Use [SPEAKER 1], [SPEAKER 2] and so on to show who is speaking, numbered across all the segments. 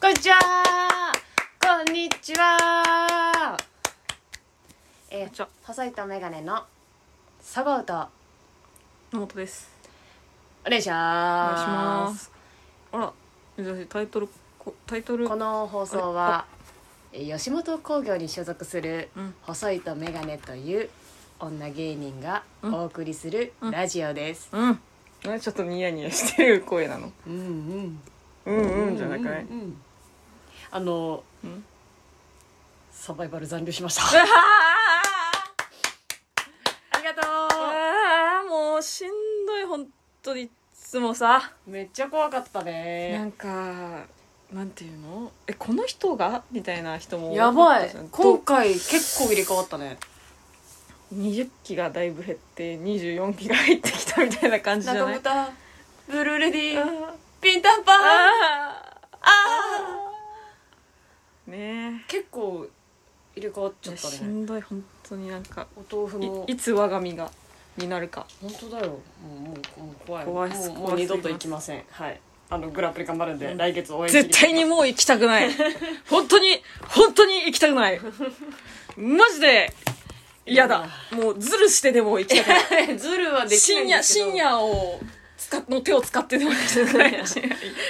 [SPEAKER 1] こんにちはこんにちはえ
[SPEAKER 2] こんにち
[SPEAKER 1] ー
[SPEAKER 2] は、
[SPEAKER 1] 細いとメガネのサボウと
[SPEAKER 2] 野本です
[SPEAKER 1] お願いし
[SPEAKER 2] お
[SPEAKER 1] ま
[SPEAKER 2] 願い
[SPEAKER 1] す
[SPEAKER 2] しますあら珍しいタイトルこタイトル
[SPEAKER 1] この放送はえー吉本興業に所属する
[SPEAKER 2] うん
[SPEAKER 1] 細いとメガネという女芸人がお送りする
[SPEAKER 2] うん
[SPEAKER 1] ラジオです、
[SPEAKER 2] うんなんでちょっとニヤニヤしてる声なの
[SPEAKER 1] うんうん
[SPEAKER 2] うんうんじゃなくない
[SPEAKER 1] うんうんあの
[SPEAKER 2] うん
[SPEAKER 1] サバイバル残留しまし
[SPEAKER 2] あ
[SPEAKER 1] たありがと
[SPEAKER 2] ーあーもうしんどい本当にいつもさ
[SPEAKER 1] うめっちゃ怖かった
[SPEAKER 2] な
[SPEAKER 1] ね
[SPEAKER 2] んかなんていうのえこの人がみたいな人も
[SPEAKER 1] やばい今
[SPEAKER 2] 今
[SPEAKER 1] 回結構入れ替わったね
[SPEAKER 2] 20期がだいぶ減って24期が入ってきたみたいな感じじゃ
[SPEAKER 1] 中
[SPEAKER 2] ない
[SPEAKER 1] 豚ブルーレディー
[SPEAKER 2] あー
[SPEAKER 1] ピンタンパン
[SPEAKER 2] あ
[SPEAKER 1] あ
[SPEAKER 2] ーね
[SPEAKER 1] ー結構入れ替わっ
[SPEAKER 2] え
[SPEAKER 1] ちゃっ
[SPEAKER 2] した
[SPEAKER 1] ね
[SPEAKER 2] んどい本当になんか
[SPEAKER 1] お豆腐も
[SPEAKER 2] いいつ我が身がになるか
[SPEAKER 1] 本当だよもうもうもう怖い
[SPEAKER 2] 怖いっ
[SPEAKER 1] も
[SPEAKER 2] す
[SPEAKER 1] うもう
[SPEAKER 2] 怖す
[SPEAKER 1] 二
[SPEAKER 2] ぎま
[SPEAKER 1] 度
[SPEAKER 2] す
[SPEAKER 1] と行きませんはいあのグラプリ頑張るんで、
[SPEAKER 2] うん
[SPEAKER 1] 来月応援
[SPEAKER 2] 絶対にもう行きたく ない本当に本当に行きたくないマジで嫌だもうズルしてでも行きたくない
[SPEAKER 1] 対ズルはできない
[SPEAKER 2] 深
[SPEAKER 1] んですけ
[SPEAKER 2] 夜
[SPEAKER 1] ど
[SPEAKER 2] 深夜を使っの手を使ってでも行き たくない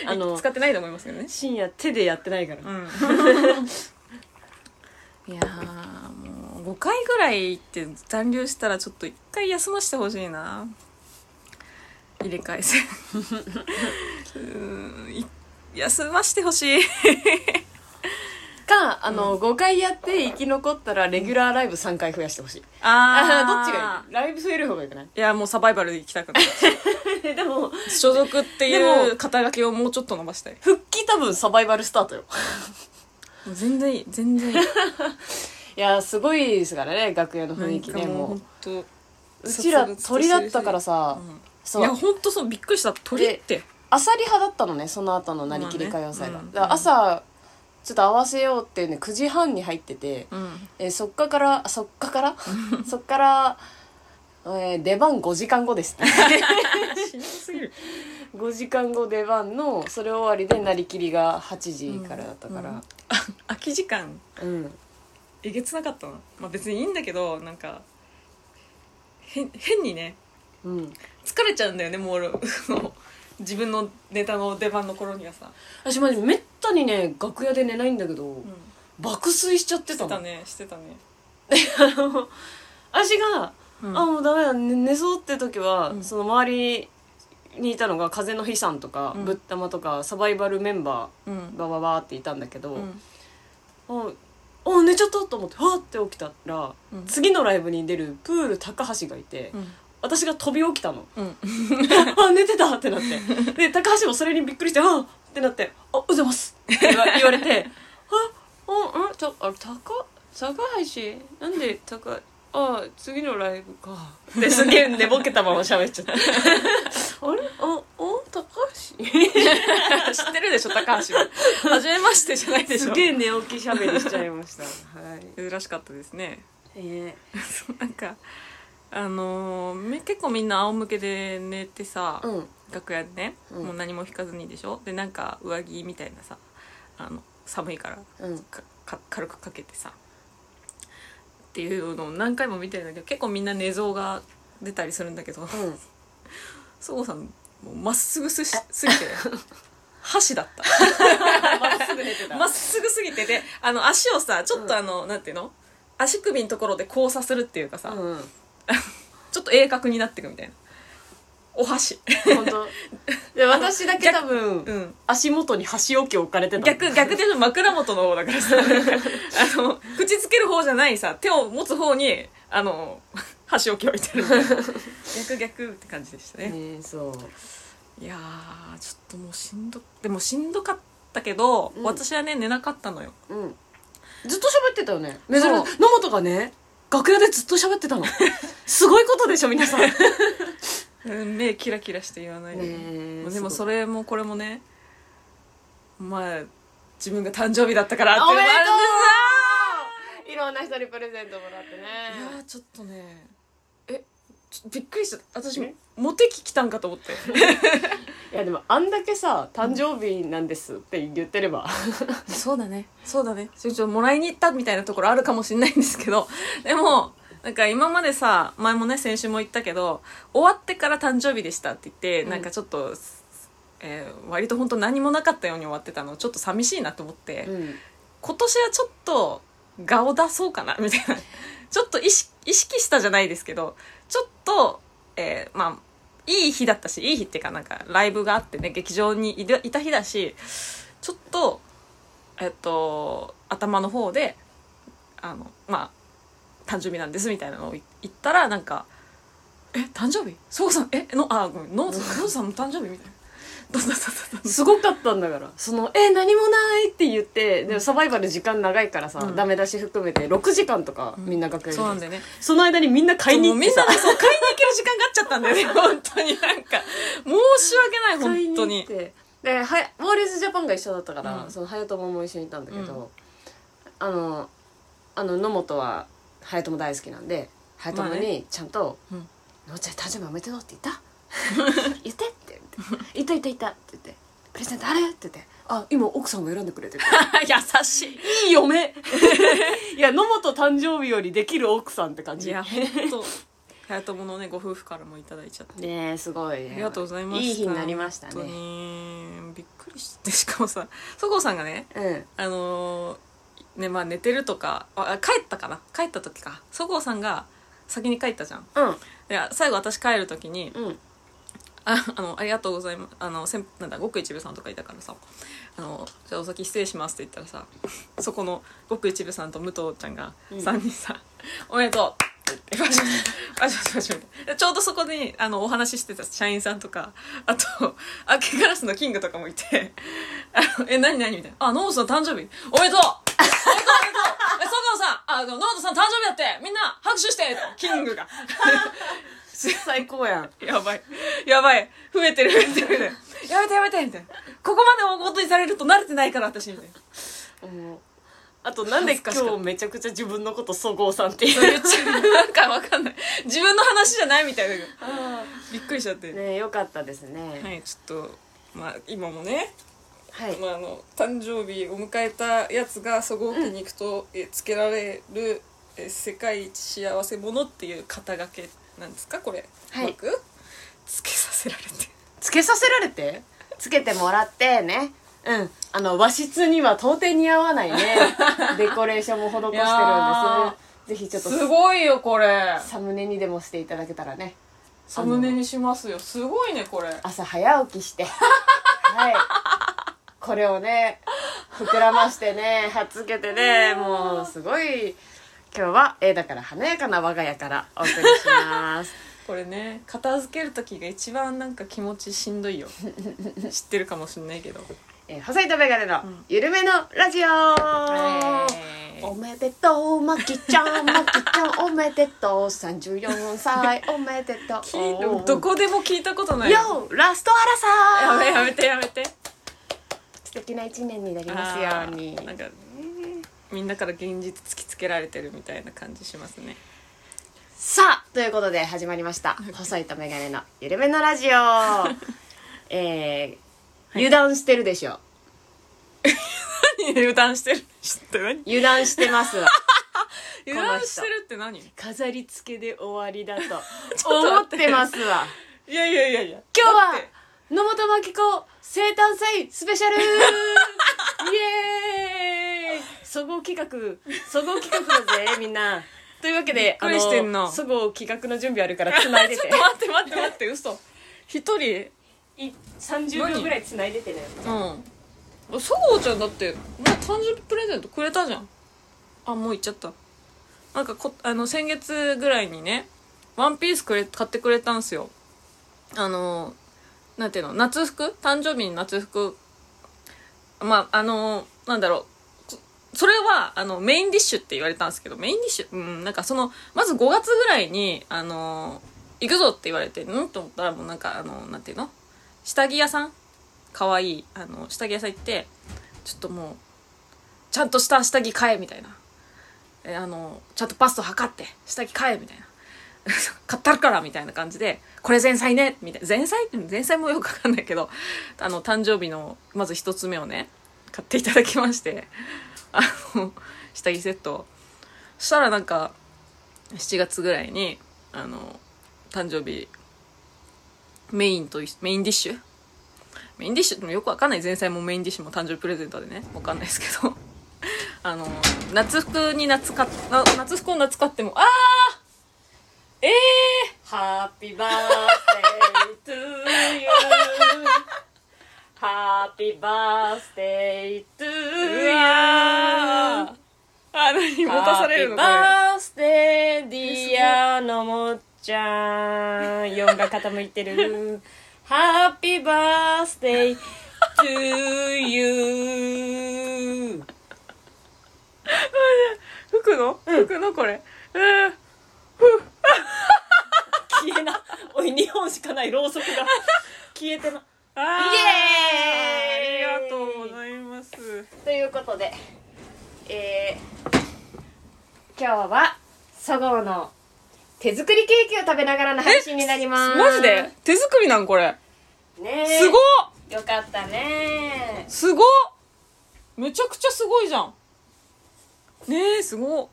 [SPEAKER 1] あの
[SPEAKER 2] 使ってないと思いますけどね
[SPEAKER 1] 深夜手でやってないから、
[SPEAKER 2] いやーもう5回ぐらい行って残留したらちょっと1回休ませてほしいな入れ替え戦うーんい休ませてほしい
[SPEAKER 1] かあの、5回やって生き残ったらレギュラーライブ3回増やしてほしい
[SPEAKER 2] あ
[SPEAKER 1] あ どっちがいい
[SPEAKER 2] い
[SPEAKER 1] ライブ増える方がいい かない
[SPEAKER 2] いやもうサバイバルで行きたくない
[SPEAKER 1] でも
[SPEAKER 2] 所属って
[SPEAKER 1] で
[SPEAKER 2] い
[SPEAKER 1] も
[SPEAKER 2] う肩書きをもうちょっと伸ばしたい
[SPEAKER 1] 復帰多分サバイバルスタートよ
[SPEAKER 2] もう全然いい全然いい
[SPEAKER 1] いやすごいですからね楽屋の雰囲気
[SPEAKER 2] な
[SPEAKER 1] ね
[SPEAKER 2] んか
[SPEAKER 1] も
[SPEAKER 2] 本当
[SPEAKER 1] ううちら鳥だったからさ、
[SPEAKER 2] い
[SPEAKER 1] そ
[SPEAKER 2] や
[SPEAKER 1] う
[SPEAKER 2] 本当そうびっくりした鳥って
[SPEAKER 1] アサリ派だったのねその後のなりきり歌謡祭が、
[SPEAKER 2] まあねうん
[SPEAKER 1] だから朝ちょっと合わせようってね9時半に入ってて、
[SPEAKER 2] うん
[SPEAKER 1] えーそっかからそっか からそっから、えー出番5時間後 ですって
[SPEAKER 2] しんどすぎる
[SPEAKER 1] 5時間後出番のそれ終わりでなりきりが8時からだったから
[SPEAKER 2] 空き時間
[SPEAKER 1] うん、
[SPEAKER 2] えげつなかったな、まあ、別にいいんだけどなんかへん変にね
[SPEAKER 1] うん
[SPEAKER 2] 疲れちゃうんだよねもう その自分のネタの出番の頃にはさ、
[SPEAKER 1] 私マジめったにね楽屋で寝ないんだけど、
[SPEAKER 2] うん、
[SPEAKER 1] 爆睡しちゃって
[SPEAKER 2] して
[SPEAKER 1] たの
[SPEAKER 2] たねしてたね、
[SPEAKER 1] 足が
[SPEAKER 2] うん
[SPEAKER 1] あもうダメだ、ね、寝そうって時は、
[SPEAKER 2] うん
[SPEAKER 1] その周りにいたのが風の飛散とか、
[SPEAKER 2] うん
[SPEAKER 1] ぶったまとかサバイバルメンバ
[SPEAKER 2] う
[SPEAKER 1] ー
[SPEAKER 2] ん
[SPEAKER 1] バババーっていたんだけど、
[SPEAKER 2] うん
[SPEAKER 1] ああ寝ちゃったと思ってはーって起きたら、
[SPEAKER 2] うん
[SPEAKER 1] 次のライブに出るプール高橋がいて、
[SPEAKER 2] うん
[SPEAKER 1] 私が飛び起きたの
[SPEAKER 2] うん
[SPEAKER 1] あ寝てたってなってで高橋もそれにびっくりしてあーってなって「あおはようございます」って言わ 言われて「あうんうんたあ高高橋なんで高あ次のライブか」ですげえ寝ぼけた まま喋っちゃってあれあお高橋
[SPEAKER 2] 知ってるでしょ高 橋は初めましてじゃないでし
[SPEAKER 1] す
[SPEAKER 2] ょ
[SPEAKER 1] げえ寝起き喋りしちゃいましたはい
[SPEAKER 2] 珍しかったですね
[SPEAKER 1] え
[SPEAKER 2] そうなんかあのーめ結構みんな仰向けで寝てさ、
[SPEAKER 1] うん
[SPEAKER 2] 楽屋でね、
[SPEAKER 1] うん
[SPEAKER 2] もう何も引かずにでしょでなんか上着みたいなさあの寒いから
[SPEAKER 1] うん
[SPEAKER 2] かか軽くかけてさっていうのを何回も見てるんだけど結構みんな寝相が出たりするんだけど
[SPEAKER 1] うん
[SPEAKER 2] そごさんもうまっすぐすし すぎて箸だった
[SPEAKER 1] まっすぐ寝てた
[SPEAKER 2] まっすぐすぎてであの足をさちょっとあの、なんていうの足首のところで交差するっていうかさ、
[SPEAKER 1] うん
[SPEAKER 2] ちょっと鋭角になってくみたいなお箸
[SPEAKER 1] 本当 で私だけ多分
[SPEAKER 2] うん
[SPEAKER 1] 足元に箸置き置かれてた
[SPEAKER 2] 逆逆で枕元の方 だからさあの口つける方じゃないさ手を持つ方にあの 箸置き置いてる逆逆って感じでしたね
[SPEAKER 1] ねそう
[SPEAKER 2] いやーちょっともうしんどでもしんどかったけど、
[SPEAKER 1] うん
[SPEAKER 2] 私はね寝なかったのよ
[SPEAKER 1] うんずっと喋ってたよね珍しい
[SPEAKER 2] そう
[SPEAKER 1] 野本がね楽屋でずっと喋ってた のすごいことでしょ皆さんね
[SPEAKER 2] うん目キラキラして言わないで、でもそれもこれもねまあ自分が誕生日だったからっていう
[SPEAKER 1] お
[SPEAKER 2] の
[SPEAKER 1] め
[SPEAKER 2] もあ
[SPEAKER 1] で
[SPEAKER 2] るんです
[SPEAKER 1] とういろんな人にプレゼントもらって
[SPEAKER 2] いや
[SPEAKER 1] ね
[SPEAKER 2] ーちょっとねえちょびっくりした私
[SPEAKER 1] え
[SPEAKER 2] モテ期来たんかと思って
[SPEAKER 1] いやでもあんだけさ「誕生日なんです」って言ってれば
[SPEAKER 2] そうだねそうだねそれちょっともらいに行ったみたいなところあるかもしれないんですけどでもなんか今までさ前もね先週も言ったけど終わってから誕生日でしたって言って、
[SPEAKER 1] うん
[SPEAKER 2] なんかちょっと、えー割と本当何もなかったように終わってたのちょっと寂しいなと思って、
[SPEAKER 1] うん
[SPEAKER 2] 今年はちょっと顔出そうかなみたいな ちょっと意識意識したじゃないですけどちょっと、えーまあいい日だったしいい日っていうかなんかライブがあってね劇場にいるいた日だしちょっとえっと頭の方であのまあ誕生日なんですみたいなのを言ったらなんか「え誕生日そうさんえのあごめんノーズノーズさんの誕生日?」みたいな。どうぞどうぞどうぞ
[SPEAKER 1] すごかったんだからその「え何もない」って言ってでもサバイバル時間長いからさ、
[SPEAKER 2] うん
[SPEAKER 1] ダメ出し含めて6時間とかみんな学園
[SPEAKER 2] そうなんだ
[SPEAKER 1] で
[SPEAKER 2] よね
[SPEAKER 1] その間にみんな買いに行ってさ
[SPEAKER 2] もうみんなでそう買いに行ける時間があっちゃったんだよね 本当になんか申し訳な
[SPEAKER 1] 買
[SPEAKER 2] い
[SPEAKER 1] い
[SPEAKER 2] 本
[SPEAKER 1] に
[SPEAKER 2] 当
[SPEAKER 1] 行っ
[SPEAKER 2] に
[SPEAKER 1] てではやウォーリーズジャパンが一緒だったから、
[SPEAKER 2] うん
[SPEAKER 1] その早友も一緒にいたんだけど、
[SPEAKER 2] う
[SPEAKER 1] あのあの野本は早友大好きなんで早友
[SPEAKER 2] まあ
[SPEAKER 1] にちゃんと「
[SPEAKER 2] うん
[SPEAKER 1] のっちゃん誕生日おめでとう」って言った言ってって言って「言った言った言った」って言って「プレゼントある?」って言って「あ今奥さんが選んでくれてる」
[SPEAKER 2] 優しい
[SPEAKER 1] いい嫁 いや野本誕生日よりできる奥さんって感
[SPEAKER 2] い
[SPEAKER 1] じ
[SPEAKER 2] や本当早友のねご夫婦からもいただいちゃって
[SPEAKER 1] ねえすごいね
[SPEAKER 2] ありがとうございました
[SPEAKER 1] いい日になりました
[SPEAKER 2] 本当
[SPEAKER 1] ね
[SPEAKER 2] にびっくりしてしかもさそごうさんがね
[SPEAKER 1] うん
[SPEAKER 2] あのーねまあ寝てるとかあ帰ったかな帰った時かそごうさんが先に帰ったじゃん
[SPEAKER 1] うん
[SPEAKER 2] で最後私帰る時に
[SPEAKER 1] うん
[SPEAKER 2] あ あの、ありがとうございます。あの、先なんだ、ごく一部さんとかいたからさ、あの、じゃあお先失礼しますって言ったらさ、そこのごく一部さんと武藤ちゃんが、
[SPEAKER 1] うん
[SPEAKER 2] 3人さ、おめでとうって言って、パシャパシャパシャパシャみたいなでちょうどそこに、あの、お話ししてた社員さんとか、あと、明けガラスのキングとかもいて、あの、え、何何みたいな。あ、ノートさん誕生日おめでとうえ、佐藤さんあ、ノートさん誕生日だってみんな拍手してキングが。
[SPEAKER 1] 最高やん
[SPEAKER 2] やばい。やばい。増えてる、増えてる。やめてやめてみたいな。ここまで大ごとにされると慣れてないから、私、みたいな。
[SPEAKER 1] もうあとなんで今日めちゃくちゃ自分のことそごうさんって言
[SPEAKER 2] そう
[SPEAKER 1] う
[SPEAKER 2] 言っちゃう。なんかわかんない。自分の話じゃないみたいな。びっくりしちゃって。
[SPEAKER 1] ねえよかったですね
[SPEAKER 2] はい、ちょっと、まあ、今もね、
[SPEAKER 1] はい、
[SPEAKER 2] まあ、あの、誕生日を迎えたやつが、そごう家に行くと、えつけられる、え世界一幸せ者っていう肩掛けなんですか、これ。
[SPEAKER 1] はいう
[SPEAKER 2] まくつけさせられて。
[SPEAKER 1] つけさせられてつけてもらってねうんあの和室には到底似合わないね デコレーションも施してるん
[SPEAKER 2] い
[SPEAKER 1] で
[SPEAKER 2] や
[SPEAKER 1] すぜひちょっと
[SPEAKER 2] すごいよ、これ。
[SPEAKER 1] サムネにでもしていただけたらね
[SPEAKER 2] サムネにしますよ。すごいね、これ。
[SPEAKER 1] 朝早起きして はいこれをね膨らましてねはっつけてねもうすごい今日は A だから華やかな我が家からお送りします
[SPEAKER 2] これね、片付ける時が一番なんか気持ちしんどい よ。知ってるかもしんないけど。
[SPEAKER 1] えー細いとメガネの
[SPEAKER 2] ん
[SPEAKER 1] ゆるめのラジオ、おめでとうまきちゃんまきちゃ んおめでとう34歳おめでとう
[SPEAKER 2] きどこでも聞いたことない。や
[SPEAKER 1] YO! ラストアラサー
[SPEAKER 2] めやめてやめて。
[SPEAKER 1] 素敵な一年になりますように
[SPEAKER 2] あーなんか、みんなから現実突きつけられてるみたいな感じしますね。
[SPEAKER 1] さあということで始まりました「細いとメガネのゆるめのラジ オ」えー油断してるでしょ
[SPEAKER 2] 何油断してるって何
[SPEAKER 1] 油断してますわ
[SPEAKER 2] 油断してるって何い
[SPEAKER 1] 飾り付けで終わりだ と
[SPEAKER 2] ょっと
[SPEAKER 1] 思っ
[SPEAKER 2] 待って
[SPEAKER 1] てますわ
[SPEAKER 2] やいやいやいや。
[SPEAKER 1] 今日は
[SPEAKER 2] だって
[SPEAKER 1] 野本真紀子生誕祭スペ シャルイエーイそごう企画そごう企画だ ぜみんなというわけで
[SPEAKER 2] びっくりしてん
[SPEAKER 1] あ
[SPEAKER 2] の
[SPEAKER 1] のそごう企画の準備あるから繋いで
[SPEAKER 2] ちょ ってと 待って待って待って、嘘。一人
[SPEAKER 1] い30秒ぐらい繋いでてね
[SPEAKER 2] うんそごうちゃんだって前誕生日プレゼントくれたじゃんあもう行っちゃったなんかこあの先月ぐらいにねワンピースくれ買ってくれたんすよあのなんていうの夏服誕生日に夏服まああのなんだろうそれはあのメインディッシュって言われたんですけどメインディッシュうんなんかそのまず5月ぐらいにあの行くぞって言われてんと思ったらもうなんかあのなんていうの下着屋さん可愛いあの下着屋さん行ってちょっともうちゃんとした下着買えみたいなえあのちゃんとパスト測って下着買えみたいな 買ったからみたいな感じでこれ前菜ねみたいな前菜って前菜もよくわかんないけどあの誕生日のまず一つ目をね買っていただきまして あの下着セットをそしたらなんか7月ぐらいにあの誕生日メインとメインディッシュメインディッシュってもよくわかんない前菜もメインディッシュも誕生日プレゼントでねわかんないですけど あの夏服に夏買っな夏服を夏買ってもああええ
[SPEAKER 1] ハッピーバースデー to you ハッピーバースデー to
[SPEAKER 2] ー、
[SPEAKER 1] you
[SPEAKER 2] うわーあ 何持たされるのこれ
[SPEAKER 1] ハッピーバースデーディアのもっちゃん4が 傾いてるハッピーバースデー to you
[SPEAKER 2] 服の服のこれえー
[SPEAKER 1] 消えなおい2本しかないろうそくが消えてな
[SPEAKER 2] あ
[SPEAKER 1] イエーイ
[SPEAKER 2] ありがとうございます
[SPEAKER 1] ということで、えー、今日はそごうの手作りケーキを食べながらの配信になります
[SPEAKER 2] マジで手作りなんこれ
[SPEAKER 1] ねえ
[SPEAKER 2] すごっ
[SPEAKER 1] よかったね
[SPEAKER 2] すごっめちゃくちゃすごいじゃんねえすごっ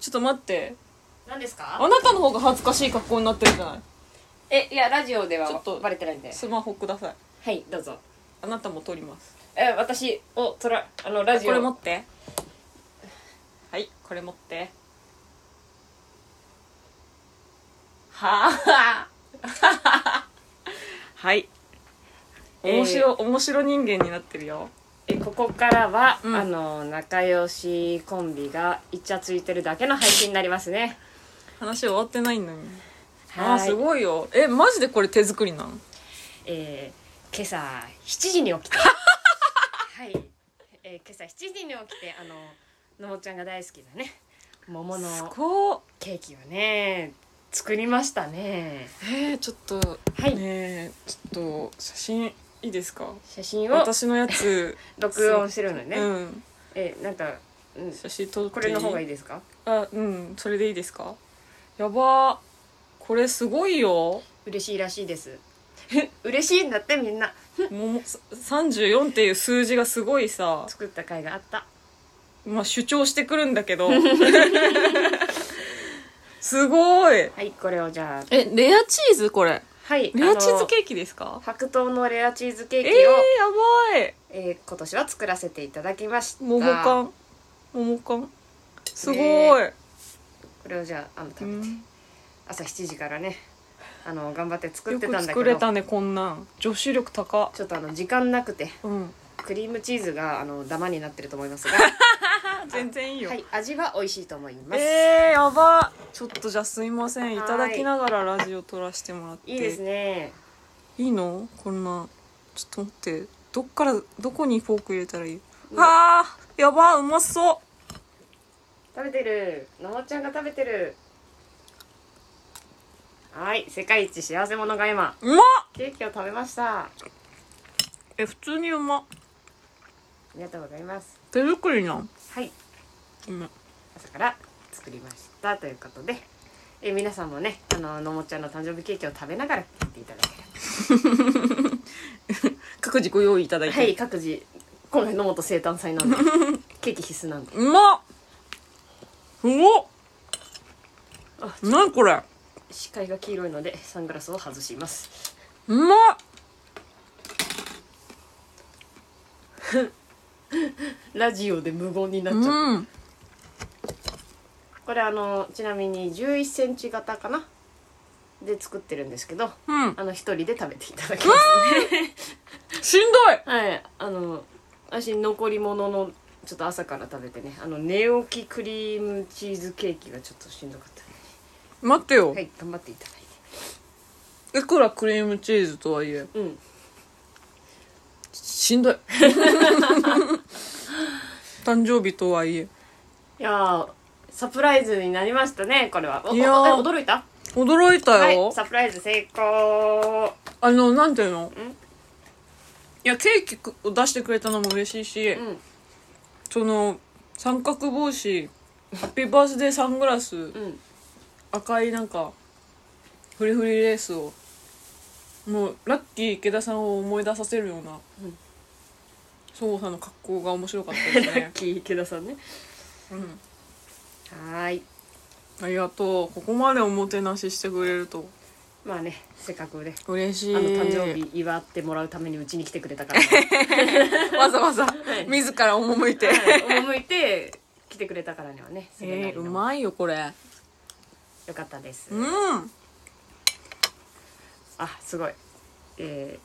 [SPEAKER 2] ちょっと待って
[SPEAKER 1] 何です
[SPEAKER 2] あ
[SPEAKER 1] か
[SPEAKER 2] なたの方が恥ずかしい格好になってるじゃない
[SPEAKER 1] えいやラジオでは
[SPEAKER 2] ちょっと
[SPEAKER 1] バレてないんで
[SPEAKER 2] スマホください
[SPEAKER 1] はいどうぞ
[SPEAKER 2] あなたも撮ります
[SPEAKER 1] え私をとらあのラジオ
[SPEAKER 2] これ持ってはいこれ持ってはあはい
[SPEAKER 1] えー
[SPEAKER 2] 面白、面白人間になってるよ
[SPEAKER 1] えここからは、
[SPEAKER 2] うん
[SPEAKER 1] あの仲良しコンビがイチャついてるだけの配信になりますね
[SPEAKER 2] 話終わってないのにあ
[SPEAKER 1] は
[SPEAKER 2] ーす
[SPEAKER 1] い
[SPEAKER 2] ごいよえマジでこれ手作りなの
[SPEAKER 1] えー、今朝7時に起き てはい、えー、今朝7時に起きてあののもちゃんが大好きなね桃の
[SPEAKER 2] すごっ
[SPEAKER 1] ケーキをね作りましたね
[SPEAKER 2] えー、ちょっと
[SPEAKER 1] はい、
[SPEAKER 2] ねえちょっと写真いいですか
[SPEAKER 1] 写真を
[SPEAKER 2] 私のやつ、
[SPEAKER 1] 録音してるの ね、
[SPEAKER 2] うん
[SPEAKER 1] えなんか、うん、
[SPEAKER 2] 写真撮っていい
[SPEAKER 1] これの方がいいですか
[SPEAKER 2] あうんそれでいいですかやばーこれすご いよ
[SPEAKER 1] 嬉しいらしいです 嬉しいんだってみんな
[SPEAKER 2] もも34っていう数字がすごいさ、
[SPEAKER 1] 作った甲斐があった
[SPEAKER 2] まあ、主張してくるんだ けどすごい
[SPEAKER 1] はいこれをじゃあ
[SPEAKER 2] えレアチーズこれ
[SPEAKER 1] はい
[SPEAKER 2] レアチー
[SPEAKER 1] あ
[SPEAKER 2] ズ
[SPEAKER 1] の
[SPEAKER 2] ケーキですか
[SPEAKER 1] 白桃のレアチーズケーキ
[SPEAKER 2] えー、
[SPEAKER 1] を、
[SPEAKER 2] やばい
[SPEAKER 1] えー今年は作らせていただきました
[SPEAKER 2] 桃缶桃缶すごい、
[SPEAKER 1] ねこれをじゃああの食べ
[SPEAKER 2] う
[SPEAKER 1] て、
[SPEAKER 2] ん
[SPEAKER 1] 朝7時からねあの頑張って作っ
[SPEAKER 2] よ
[SPEAKER 1] てた
[SPEAKER 2] く
[SPEAKER 1] んだ
[SPEAKER 2] 作
[SPEAKER 1] け
[SPEAKER 2] れ
[SPEAKER 1] ど
[SPEAKER 2] たねこんなん女子力高
[SPEAKER 1] ちょっとあの時間なくて
[SPEAKER 2] うん
[SPEAKER 1] クリームチーズがあのダマになってると思いますが
[SPEAKER 2] 全然いい よ、
[SPEAKER 1] はい味は美味しいと思います、
[SPEAKER 2] えー、やばちょっとじゃあすいませんい
[SPEAKER 1] はい
[SPEAKER 2] ただきながらラジオ撮らせてもらって
[SPEAKER 1] いいですね
[SPEAKER 2] いいのこんなちょっと待ってどっからどこにフォーク入れたらいい、
[SPEAKER 1] うわ
[SPEAKER 2] はあやばうまそう
[SPEAKER 1] 食べてるのもちゃんが食べてるはい世界一幸せ者が今
[SPEAKER 2] うまっ
[SPEAKER 1] ケーキを食べましたあ
[SPEAKER 2] え普通にうま
[SPEAKER 1] りがとうございます
[SPEAKER 2] 手作りなん
[SPEAKER 1] はい
[SPEAKER 2] うん
[SPEAKER 1] 朝から作りましたということでえ皆さんもねあののもちゃんの誕生日ケーキを食べながら聞いていただければ
[SPEAKER 2] 各自ご用意いただいて、
[SPEAKER 1] はい各自今回野本生誕祭なん でケーキ必須なんで
[SPEAKER 2] うまっすごっ
[SPEAKER 1] あ
[SPEAKER 2] 何これ
[SPEAKER 1] 視界が黄色いのでサングラスを外します
[SPEAKER 2] うまっ
[SPEAKER 1] ラジオで無言になっちゃう、
[SPEAKER 2] うん
[SPEAKER 1] これあのちなみに1 1センチ型かなで作ってるんですけど
[SPEAKER 2] うん
[SPEAKER 1] あの一人で食べていただきますね
[SPEAKER 2] しんどい
[SPEAKER 1] はいあの私残り物のちょっと朝から食べてねあの寝起きクリームチーズケーキがちょっとしんどかった
[SPEAKER 2] 待ってよ、
[SPEAKER 1] はい頑張っていただい
[SPEAKER 2] いくらクリームチーズとはいえ
[SPEAKER 1] てうん
[SPEAKER 2] し んどい誕生日とはいえ
[SPEAKER 1] いやーサプライズになりましたねこれはお
[SPEAKER 2] いや
[SPEAKER 1] おえ
[SPEAKER 2] ー
[SPEAKER 1] 驚いた
[SPEAKER 2] 驚いたよ、
[SPEAKER 1] はい、サプライズ成功
[SPEAKER 2] あのなんていうのいやケーキくを出してくれたのも嬉しいし、
[SPEAKER 1] うん
[SPEAKER 2] その三角帽子ハッピーバースデーサングラス
[SPEAKER 1] うん
[SPEAKER 2] 赤いなんかフリフリレースをもうラッキー池田さんを思い出させるような
[SPEAKER 1] うん
[SPEAKER 2] そごうさんの格好が面白かったです
[SPEAKER 1] ラッ
[SPEAKER 2] ね、
[SPEAKER 1] キー池田さんね
[SPEAKER 2] うん、
[SPEAKER 1] はーい
[SPEAKER 2] ありがとうここまでおもてなししてくれると
[SPEAKER 1] まあねせっかくね
[SPEAKER 2] 嬉し
[SPEAKER 1] あ
[SPEAKER 2] い
[SPEAKER 1] の誕生日祝ってもらうためにうちに来てくれたから、
[SPEAKER 2] わざわ ざ
[SPEAKER 1] い
[SPEAKER 2] 自ら赴いて、
[SPEAKER 1] はい、赴いて来てくれたからにはねそれな り
[SPEAKER 2] えー、
[SPEAKER 1] の
[SPEAKER 2] うまいよこれ
[SPEAKER 1] よかったです、
[SPEAKER 2] うん
[SPEAKER 1] あすごいえ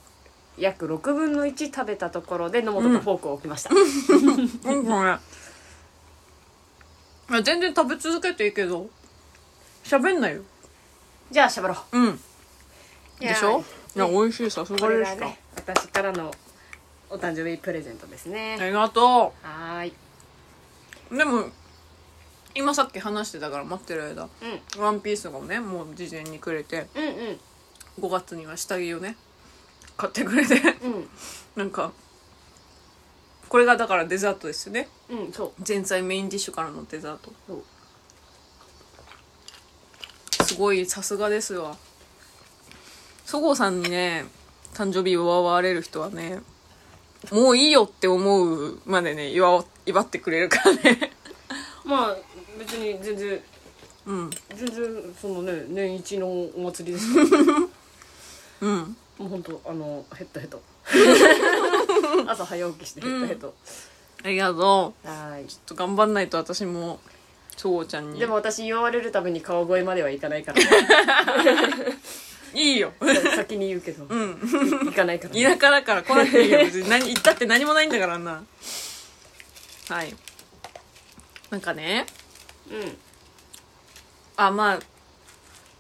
[SPEAKER 1] ー約6分の1食べたところで野本がフォークを置きました、
[SPEAKER 2] うんこれあ全然食べ続けていいけど喋んないよ
[SPEAKER 1] じゃあしゃばろう
[SPEAKER 2] うん
[SPEAKER 1] いや
[SPEAKER 2] でしょいや美味しいさす
[SPEAKER 1] こ
[SPEAKER 2] が
[SPEAKER 1] れ
[SPEAKER 2] で
[SPEAKER 1] が
[SPEAKER 2] した、
[SPEAKER 1] ね私からのお誕生日プレゼントですね
[SPEAKER 2] ありがと
[SPEAKER 1] はーいう
[SPEAKER 2] でも今さっき話してたから待ってる間「ワンピースがねもう事前にくれて
[SPEAKER 1] うんうん
[SPEAKER 2] 5月には下着をね買ってくれて
[SPEAKER 1] うん
[SPEAKER 2] なんかこれがだからデザートですよね
[SPEAKER 1] うんうんそう
[SPEAKER 2] 前菜メインディッシュからのデザート
[SPEAKER 1] そう
[SPEAKER 2] すごいさすがですわそごうさんにね誕生日祝われる人はねもういいよって思うまでね祝お祝ってくれるから ね
[SPEAKER 1] まあ別に全然
[SPEAKER 2] うん
[SPEAKER 1] 全然そのね年一のお祭りですから
[SPEAKER 2] うん
[SPEAKER 1] もう本当あのヘッドヘッド朝早起きしてヘッドヘッド、
[SPEAKER 2] ありがとう
[SPEAKER 1] はーい
[SPEAKER 2] ちょっと頑張んないと私もそごうちゃんに
[SPEAKER 1] でも私言われるために川越までは行かない から
[SPEAKER 2] いいよ
[SPEAKER 1] 先に言うけど、
[SPEAKER 2] ん
[SPEAKER 1] 行かないから、
[SPEAKER 2] 田舎だから来なくていいよ別に何行ったって何もないんだからなはいなんかね
[SPEAKER 1] う
[SPEAKER 2] あま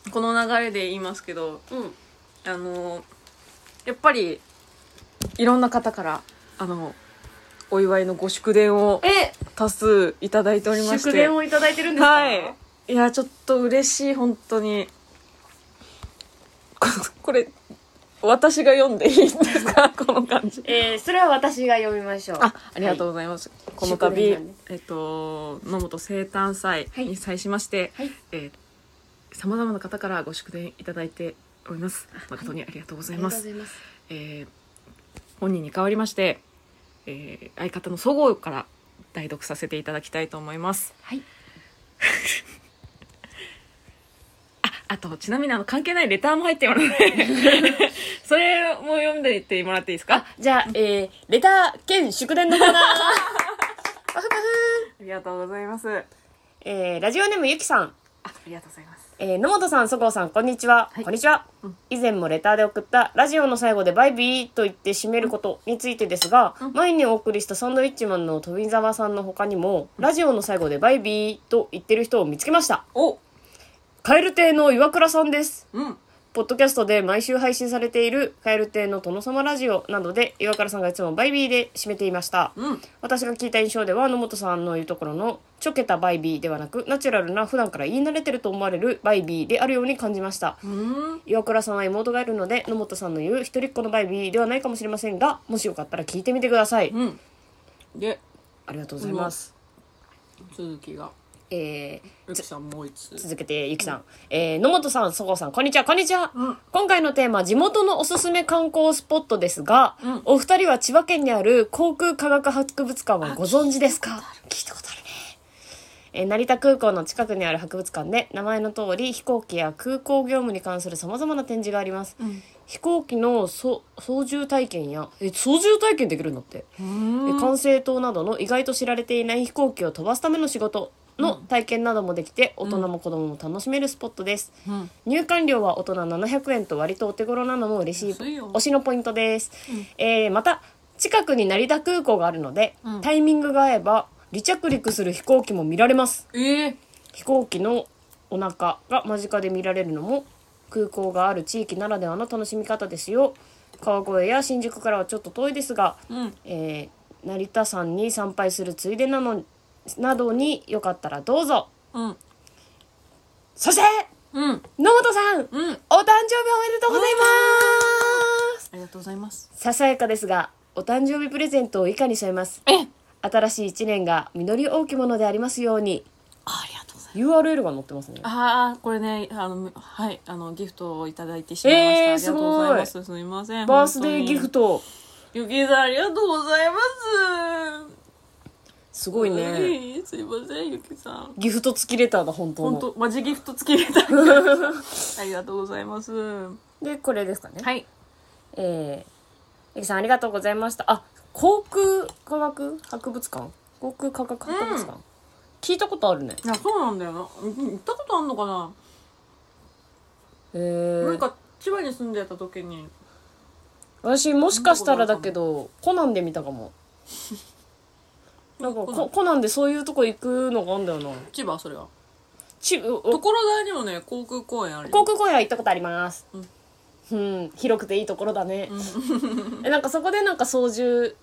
[SPEAKER 2] あこの流れで言いますけど
[SPEAKER 1] んうん
[SPEAKER 2] あのやっぱりいろんな方からあのお祝いのご祝電を
[SPEAKER 1] え
[SPEAKER 2] 多数いただいておりまして
[SPEAKER 1] 祝電をいただいてるんですか
[SPEAKER 2] はいいやちょっと嬉しい本当に ここれ私が読んでいいんで すかこの感じ
[SPEAKER 1] えー、それは私が読みましょう
[SPEAKER 2] あありがとうございます、この
[SPEAKER 1] 祝電
[SPEAKER 2] 度、
[SPEAKER 1] だね
[SPEAKER 2] えっと野本生誕祭
[SPEAKER 1] はい
[SPEAKER 2] に際しまして
[SPEAKER 1] はい
[SPEAKER 2] さまざまな方からご祝電いただいております誠にありがとうございます、
[SPEAKER 1] ありがとうございます
[SPEAKER 2] えー本人に代わりまして、えー相方のそごうから代読させていただきたいと思います
[SPEAKER 1] はい
[SPEAKER 2] ああとちなみにあの関係ないレターも入ってますので それも読んでいってもらっていいですかあ
[SPEAKER 1] じゃあ、えー、レター兼祝電の コーナーパフパフ
[SPEAKER 2] りがとうございますあ
[SPEAKER 1] えー、ラジオネームゆきさん
[SPEAKER 2] ありがとうございます
[SPEAKER 1] えー、野本さん、そごうさん、こんにちは。
[SPEAKER 2] はい
[SPEAKER 1] こんにちは
[SPEAKER 2] うん。
[SPEAKER 1] 以前もレターで送った、ラジオの最後でバイビーと言って締めることについてですが、
[SPEAKER 2] うん
[SPEAKER 1] 前にお送りしたサンドウィッチマンの富澤さんの他にも、ラジオの最後でバイビーと言ってる人を見つけました。
[SPEAKER 2] お
[SPEAKER 1] カエル亭の岩倉さんです。
[SPEAKER 2] うん
[SPEAKER 1] ポッドキャストで毎週配信されている、カエル亭の殿様ラジオなどで、岩倉さんがいつもバイビーで締めていました。
[SPEAKER 2] うん
[SPEAKER 1] 私が聞いた印象では野本さんの言うところのちょけたバイビーではなくナチュラルな普段から言い慣れてると思われるバイビーであるように感じました
[SPEAKER 2] うん
[SPEAKER 1] 岩倉さんは妹がいるので野本さんの言う一人っ子のバイビーではないかもしれませんがもしよかったら聞いてみてください
[SPEAKER 2] うんで
[SPEAKER 1] ありがとうございます、
[SPEAKER 2] 続きが
[SPEAKER 1] え
[SPEAKER 2] ゆきさんもう一
[SPEAKER 1] ー、
[SPEAKER 2] つ
[SPEAKER 1] 続けてゆきさん、えー、野本さんそごうさんこんにちはこんにちは、
[SPEAKER 2] うん
[SPEAKER 1] 今回のテーマ地元のおすすめ観光スポットですが、
[SPEAKER 2] うん
[SPEAKER 1] お二人は千葉県にある航空科学博物館はご存知ですか聞いたことあるねえー成田空港の近くにある博物館で名前の通り飛行機や空港業務に関するさまざまな展示があります、
[SPEAKER 2] ん
[SPEAKER 1] 飛行機のそ操縦体験やえ操縦体験できるんだって、
[SPEAKER 2] うん
[SPEAKER 1] え管制塔などの意外と知られていない飛行機を飛ばすための仕事の体験などもできて大人も子供も楽しめるスポットです、
[SPEAKER 2] うん
[SPEAKER 1] 入館料は大人700円と割とお手頃なのも嬉しい
[SPEAKER 2] 安いよ
[SPEAKER 1] 推しのポイントです、えーまた近くに成田空港があるので、
[SPEAKER 2] うん
[SPEAKER 1] タイミングが合えば離着陸する飛行機も見られます
[SPEAKER 2] ええ
[SPEAKER 1] 飛行機のお腹が間近で見られるのも空港がある地域ならではの楽しみ方ですよ川越や新宿からはちょっと遠いですが、
[SPEAKER 2] うん
[SPEAKER 1] えー成田山に参拝するついでなのなどによかったらどうぞ
[SPEAKER 2] うん
[SPEAKER 1] そして
[SPEAKER 2] うん
[SPEAKER 1] 野本さん、お誕生日お
[SPEAKER 2] うんあ
[SPEAKER 1] めでとうございます
[SPEAKER 2] りがとうございます
[SPEAKER 1] ささやかですがお誕生日プレゼントを以下に添えます
[SPEAKER 2] え
[SPEAKER 1] 新しい一年が実り多きものでありますように
[SPEAKER 2] ありがとうございます
[SPEAKER 1] URL が載ってますね
[SPEAKER 2] ああこれねあのはいあのギフトをいただいてしまいました、
[SPEAKER 1] えー
[SPEAKER 2] ありがとうございますすみません
[SPEAKER 1] バースデーギフ
[SPEAKER 2] ト
[SPEAKER 1] ト
[SPEAKER 2] ゆきえさんありがとうございます
[SPEAKER 1] すごいね
[SPEAKER 2] うんすいませんゆきさん
[SPEAKER 1] ギフト付きレターだ本当
[SPEAKER 2] 本
[SPEAKER 1] の
[SPEAKER 2] 当マジギフト付きでいただきま したありがとうございますは
[SPEAKER 1] でこれですかね
[SPEAKER 2] い
[SPEAKER 1] えー、ゆきさんありがとうございましたあ航空科学博物館航空科学博物館、聞いたことあるね
[SPEAKER 2] いやそうなんだよなうん行ったことあんのかな、
[SPEAKER 1] え
[SPEAKER 2] なん
[SPEAKER 1] ー、
[SPEAKER 2] か千葉に住んでた時に
[SPEAKER 1] 私もしかしたらだけどコナンで見たかもなんかココナンでそういうとこ行くのがあんだよな
[SPEAKER 2] 千葉それは
[SPEAKER 1] ちうう
[SPEAKER 2] 所沢にもね航空公園あるよ
[SPEAKER 1] 航空公園は行ったことありますうん、広くていいところだね、 えなんかそこでなんか操縦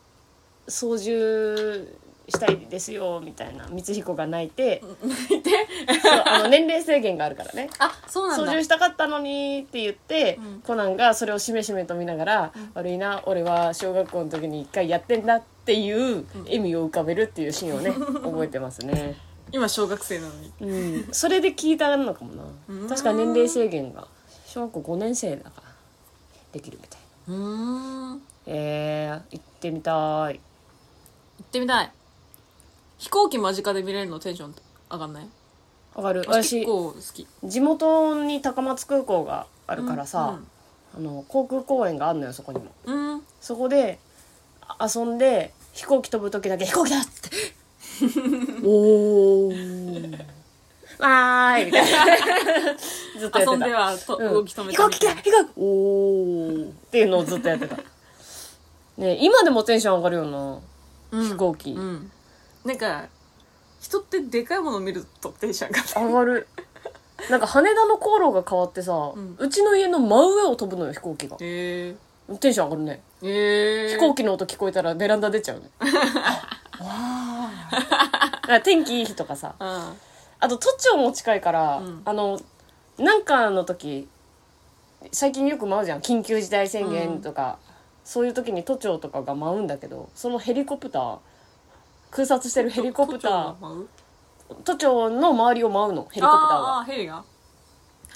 [SPEAKER 1] 操縦したいですよみたいな光彦が泣いて
[SPEAKER 2] いて
[SPEAKER 1] そうあの年齢制限があるからね
[SPEAKER 2] あそうなん
[SPEAKER 1] 操
[SPEAKER 2] だ
[SPEAKER 1] 縦したかったのにって言って、
[SPEAKER 2] うん
[SPEAKER 1] コナンがそれをしめしめと見ながら「悪いな俺は小学校の時に一回やってんだ」っていう笑みを浮かべるっていうシーンを ね覚えてますね、
[SPEAKER 2] 今小学生なのに
[SPEAKER 1] うん、それで聞いたのかも
[SPEAKER 2] う
[SPEAKER 1] なん確か年齢制限が小学校5年生だからできるみたいう
[SPEAKER 2] ーん行
[SPEAKER 1] えー、行ってみたい
[SPEAKER 2] ってみたい飛行機間近で見れるのテンション上がんない
[SPEAKER 1] 上がる
[SPEAKER 2] 私
[SPEAKER 1] 私
[SPEAKER 2] 結構好き
[SPEAKER 1] 地元に高松空港があるからさ、
[SPEAKER 2] う
[SPEAKER 1] あの航空公園があるのよそこにも
[SPEAKER 2] んうん、うん
[SPEAKER 1] そこであ遊んで飛行機飛ぶ時だけ「飛行機だ!」って おーわーいみたいな ずっとやってた
[SPEAKER 2] 遊んではと
[SPEAKER 1] うん
[SPEAKER 2] 動き止め
[SPEAKER 1] 飛
[SPEAKER 2] た
[SPEAKER 1] 行
[SPEAKER 2] み
[SPEAKER 1] 機
[SPEAKER 2] た
[SPEAKER 1] 来
[SPEAKER 2] い
[SPEAKER 1] た飛行機おーっていうのをずっとやってたね今でもテンション上がるよな、
[SPEAKER 2] うん
[SPEAKER 1] 飛行機、
[SPEAKER 2] うん、なんか人ってでかいもの見るとテンション上がる
[SPEAKER 1] 上がるなんか羽田の航路が変わってさ、うんちの家の真上を飛ぶのよ飛行機が
[SPEAKER 2] え
[SPEAKER 1] テンション上がるね、
[SPEAKER 2] ー、えー、
[SPEAKER 1] 飛行機の音聞こえたらベランダ出ちゃうねわーだから天気いい日とかさ
[SPEAKER 2] あ
[SPEAKER 1] あと都庁も近いから、
[SPEAKER 2] うん
[SPEAKER 1] あのなんかの時最近よく舞うじゃん緊急事態宣言とか、そういう時に都庁とかが舞うんだけどそのヘリコプター空撮してるヘリコプター
[SPEAKER 2] ヘリ
[SPEAKER 1] 都庁の周りを舞うのヘリコプターが
[SPEAKER 2] あーヘリが、は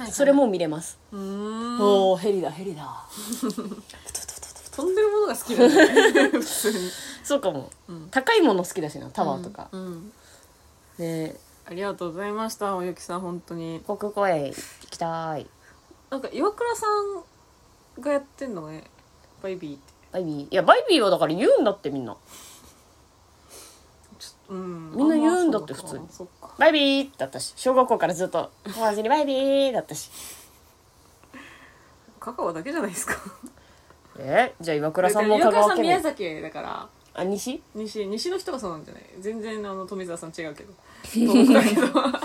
[SPEAKER 2] いはい
[SPEAKER 1] それも見れます、
[SPEAKER 2] うーん
[SPEAKER 1] おおヘリだヘリだ
[SPEAKER 2] 飛んでるものが好きなんだね普通に
[SPEAKER 1] そうかも、
[SPEAKER 2] うん
[SPEAKER 1] 高いもの好きだしなタワーとか、
[SPEAKER 2] うんうん
[SPEAKER 1] ね
[SPEAKER 2] ありがとうございましたおゆきさん本当に
[SPEAKER 1] 航空公園行きたい
[SPEAKER 2] なんか岩倉さんがやってんのねバイビーって
[SPEAKER 1] バイビーいやバイビーはだから言うんだってみんな
[SPEAKER 2] ちょうん
[SPEAKER 1] みんな言うんだ
[SPEAKER 2] あんま
[SPEAKER 1] って普通に
[SPEAKER 2] そうか
[SPEAKER 1] バイビーだったし小学校からずっと「友達にバイビー」だったし
[SPEAKER 2] 香川だけじゃないですか
[SPEAKER 1] えじゃあ岩倉
[SPEAKER 2] 岩
[SPEAKER 1] さんも香
[SPEAKER 2] 倉さ
[SPEAKER 1] 川
[SPEAKER 2] ん宮
[SPEAKER 1] 県
[SPEAKER 2] 崎だから
[SPEAKER 1] あ西
[SPEAKER 2] 西西の人がそうなんじゃない全然あの富澤さん違うけど東北 だけど
[SPEAKER 1] あだか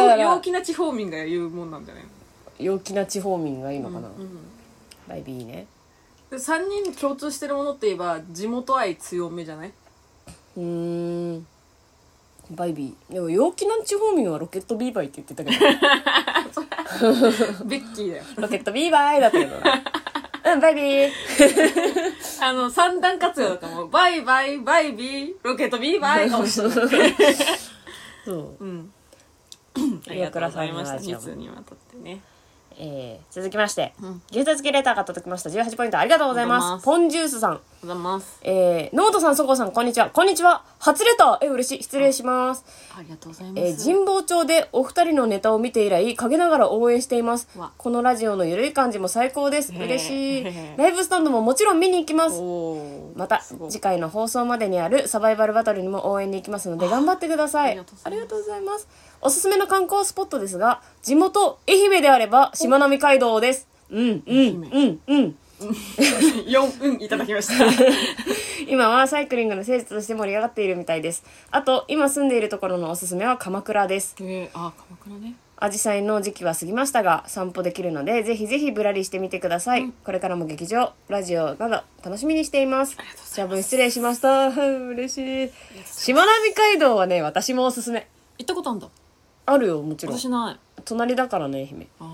[SPEAKER 2] 陽
[SPEAKER 1] ら
[SPEAKER 2] 陽気な地方民が言うもんなんじゃない
[SPEAKER 1] 陽気な地方民がいいのかな、
[SPEAKER 2] うんうん
[SPEAKER 1] バイビーね
[SPEAKER 2] で3人共通してるものって言えば地元愛強めじゃないう
[SPEAKER 1] ーんバイビーでも陽気な地方民はロケットビーバイって言ってたけ ど
[SPEAKER 2] ベッキーだよ
[SPEAKER 1] ロケットビーバイだったけど なうんバイビー
[SPEAKER 2] あの三段活用だと思うバイバイバイビーロケットビーバイかもしれない
[SPEAKER 1] そう
[SPEAKER 2] うんあり
[SPEAKER 1] 岩
[SPEAKER 2] がと
[SPEAKER 1] 倉
[SPEAKER 2] うご
[SPEAKER 1] さ
[SPEAKER 2] ざ
[SPEAKER 1] ん
[SPEAKER 2] い
[SPEAKER 1] の
[SPEAKER 2] ました
[SPEAKER 1] ラジオ
[SPEAKER 2] 2通にわたってね
[SPEAKER 1] えー、続きまして、
[SPEAKER 2] うん
[SPEAKER 1] ギフト付きレターが届きました18ポイントありがとうございます
[SPEAKER 2] ありがとうございます
[SPEAKER 1] ポンジュースさん
[SPEAKER 2] おはようございます
[SPEAKER 1] えー、ノートさんそこうさんこんにちはこんにちは初レターえ嬉しい失礼します
[SPEAKER 2] ありがとうございます、
[SPEAKER 1] えー、神保町でお二人のネタを見て以来陰ながら応援しています
[SPEAKER 2] わ
[SPEAKER 1] このラジオのゆるい感じも最高です
[SPEAKER 2] へー
[SPEAKER 1] 嬉しい ライブスタンドももちろん見に行きます
[SPEAKER 2] おー
[SPEAKER 1] また
[SPEAKER 2] すごい
[SPEAKER 1] 次回の放送までにあるサバイバルバトルにも応援に行きますので頑張ってくださ
[SPEAKER 2] あ
[SPEAKER 1] い
[SPEAKER 2] りがとうございます
[SPEAKER 1] ありがとうございますおすすめの観光スポットですが地元愛媛であればしまなみ海道ですうんうんうんうん
[SPEAKER 2] 4分いただき ました
[SPEAKER 1] 今はサイクリングの聖地として盛り上がっているみたいですあと今住んでいるところのおすすめは鎌倉です
[SPEAKER 2] えー、あ鎌倉ね
[SPEAKER 1] 紫陽花の時期は過ぎましたが散歩できるのでぜひぜひぶらりしてみてください、これからも劇場ラジオなど楽しみにしていますじゃあ分失礼しました 嬉しいしまなみ海道はね私もおすすめ
[SPEAKER 2] 行ったことあんだ
[SPEAKER 1] あるよもちろん
[SPEAKER 2] 私ない
[SPEAKER 1] 隣だからね愛媛
[SPEAKER 2] あ